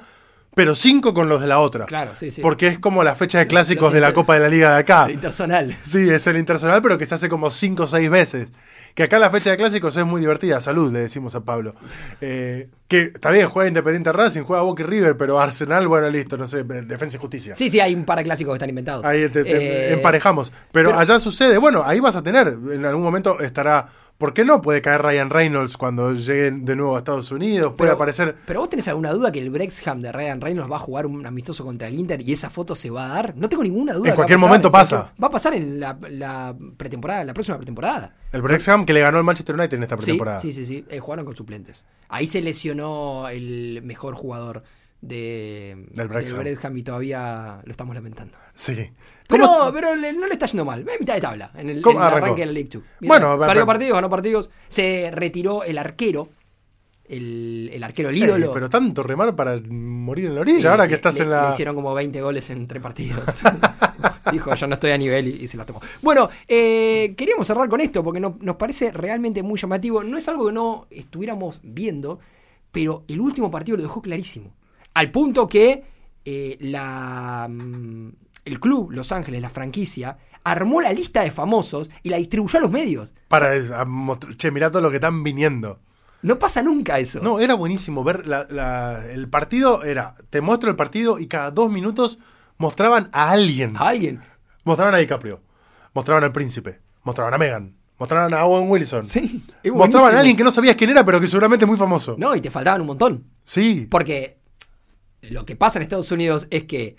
Speaker 2: pero cinco con los de la otra.
Speaker 1: Claro, sí, sí.
Speaker 2: Porque es como la fecha de
Speaker 1: Los-
Speaker 2: clásicos
Speaker 1: los
Speaker 2: de la
Speaker 1: inter-
Speaker 2: Copa de la Liga de acá.
Speaker 1: El Intersonal.
Speaker 2: Sí, es el internacional, pero que se hace como cinco o seis veces. Que acá la fecha de clásicos es muy divertida, salud, le decimos a Pablo. Eh, que está bien, juega Independiente Racing, juega Boca y River, pero Arsenal, bueno, listo, no sé, Defensa y Justicia.
Speaker 1: Sí, sí, hay un par de clásicos que están inventados.
Speaker 2: Ahí te- te-
Speaker 1: Eh,
Speaker 2: emparejamos. Pero,
Speaker 1: pero-
Speaker 2: allá sucede. Bueno, ahí vas a tener. En algún momento estará. ¿Por qué no? Puede caer Ryan Reynolds cuando llegue de nuevo a Estados Unidos. Puede
Speaker 1: pero-
Speaker 2: aparecer.
Speaker 1: ¿Pero vos tenés alguna duda que el Brexham de Ryan Reynolds va a jugar un amistoso contra el Inter y esa foto se va a dar? No tengo ninguna duda.
Speaker 2: En
Speaker 1: que
Speaker 2: cualquier
Speaker 1: va a pasar,
Speaker 2: momento
Speaker 1: en cualquier-
Speaker 2: pasa.
Speaker 1: Va a pasar en la, la pretemporada, en la próxima pretemporada.
Speaker 2: El Brexham que le ganó al Manchester United en esta
Speaker 1: Sí,
Speaker 2: pretemporada.
Speaker 1: sí, sí, sí. Eh, jugaron con suplentes. Ahí se lesionó el mejor jugador de,
Speaker 2: Del Wrexham.
Speaker 1: Wrexham y todavía lo estamos lamentando.
Speaker 2: Sí. ¿Cómo-
Speaker 1: Pero, pero le- no le está yendo mal. Es mitad de tabla en el,
Speaker 2: ¿Cómo
Speaker 1: en el
Speaker 2: arrancó?
Speaker 1: arranque de la League Two.
Speaker 2: Bueno,
Speaker 1: Mira,
Speaker 2: va-
Speaker 1: perdió
Speaker 2: va-
Speaker 1: partidos, ganó partidos. Se retiró el arquero. El, el arquero, el
Speaker 2: Ey,
Speaker 1: ídolo.
Speaker 2: pero tanto remar para morir en
Speaker 1: Eh,
Speaker 2: la orilla. ahora que
Speaker 1: le-
Speaker 2: estás
Speaker 1: le-
Speaker 2: en
Speaker 1: le
Speaker 2: la.
Speaker 1: hicieron como 20 goles en tres partidos. [laughs] Dijo, yo no estoy a nivel y, y se las tomó. Bueno, eh, queríamos cerrar con esto porque no- nos parece realmente muy llamativo. No es algo que no estuviéramos viendo, pero el último partido lo dejó clarísimo. Al punto que eh, la, mm, el club Los Ángeles, la franquicia, armó la lista de famosos y la distribuyó a los medios.
Speaker 2: Para es- a mostrar- che, mirá todo lo que están viniendo.
Speaker 1: No pasa nunca eso.
Speaker 2: No, era buenísimo ver la- la- el partido. Era, te muestro el partido y cada dos minutos mostraban a alguien.
Speaker 1: A alguien.
Speaker 2: Mostraron a DiCaprio. Mostraron al príncipe. Mostraron a Megan. Mostraron a Owen Wilson.
Speaker 1: Sí, es
Speaker 2: Mostraban
Speaker 1: buenísimo.
Speaker 2: a alguien que no sabías quién era, pero que seguramente es muy famoso.
Speaker 1: No, y te faltaban un montón.
Speaker 2: Sí.
Speaker 1: Porque Lo que pasa en Estados Unidos es que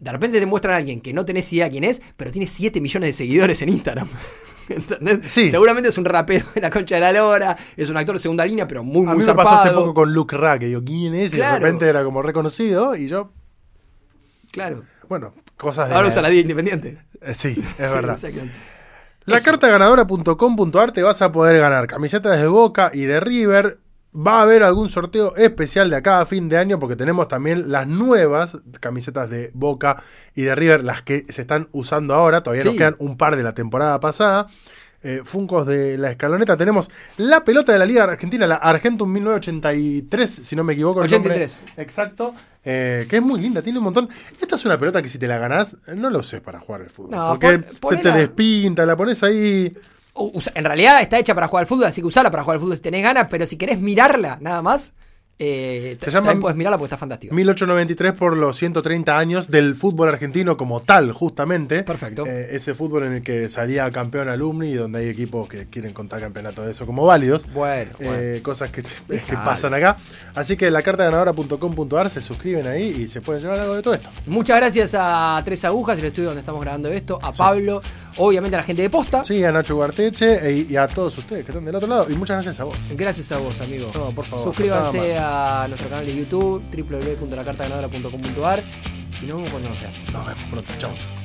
Speaker 1: de repente te muestran a alguien que no tenés idea quién es, pero tiene 7 millones de seguidores en Instagram. [laughs] ¿Entendés?
Speaker 2: Sí.
Speaker 1: Seguramente es un rapero de la concha de la lora, es un actor de segunda línea, pero muy,
Speaker 2: A
Speaker 1: muy
Speaker 2: mí me
Speaker 1: zarpado.
Speaker 2: pasó hace poco con Luke Ra, que digo, ¿quién es? Y de
Speaker 1: Claro.
Speaker 2: repente era como reconocido y yo,
Speaker 1: Claro.
Speaker 2: bueno, cosas de...
Speaker 1: Ahora usa la D independiente.
Speaker 2: Eh, Sí,
Speaker 1: [laughs]
Speaker 2: es
Speaker 1: Sí,
Speaker 2: verdad.
Speaker 1: exactamente.
Speaker 2: La
Speaker 1: Eso.
Speaker 2: carta ganadora.com.ar te vas a poder ganar camisetas de Boca y de River. Va a haber algún sorteo especial de acá a fin de año porque tenemos también las nuevas camisetas de Boca y de River, las que se están usando ahora. Todavía nos
Speaker 1: Sí.
Speaker 2: quedan un par de la temporada pasada. Eh, Funcos de la escaloneta. Tenemos la pelota de la Liga Argentina, la Argentum 1983, si no me equivoco. el nombre
Speaker 1: 83.
Speaker 2: exacto. eh, que es muy linda, tiene un montón. Esta es una pelota que si te la ganás, no la uses para jugar al fútbol.
Speaker 1: No,
Speaker 2: porque
Speaker 1: pon-
Speaker 2: se te
Speaker 1: ponela-
Speaker 2: despinta, la pones ahí.
Speaker 1: O- usa- en realidad está hecha para jugar al fútbol, así que usala para jugar al fútbol si tenés ganas, pero si querés mirarla nada más, eh,
Speaker 2: Se
Speaker 1: ta-
Speaker 2: llama-
Speaker 1: también podés mirarla porque está fantástica.
Speaker 2: 1893 por los 130 años del fútbol argentino como tal, justamente.
Speaker 1: Perfecto.
Speaker 2: Eh, ese fútbol en el que salía campeón alumni y donde hay equipos que quieren contar campeonatos de eso como válidos.
Speaker 1: Bueno, bueno.
Speaker 2: Eh, cosas que, te- [laughs] que pasan acá. Así que la carta ganadora.com.ar se suscriben ahí y se pueden llevar algo de todo esto.
Speaker 1: Muchas gracias a Tres Agujas, el estudio donde estamos grabando esto, a Pablo, obviamente a la gente de Posta.
Speaker 2: Sí, a Nacho Guarteche e- y a todos ustedes que están del otro lado. Y muchas gracias a vos.
Speaker 1: Gracias a vos, amigo.
Speaker 2: No, por favor,
Speaker 1: Suscríbanse
Speaker 2: faltaba
Speaker 1: a nuestro canal de YouTube, www.lacartaganadora.com.ar y nos vemos cuando nos veamos.
Speaker 2: Nos vemos pronto. Chao.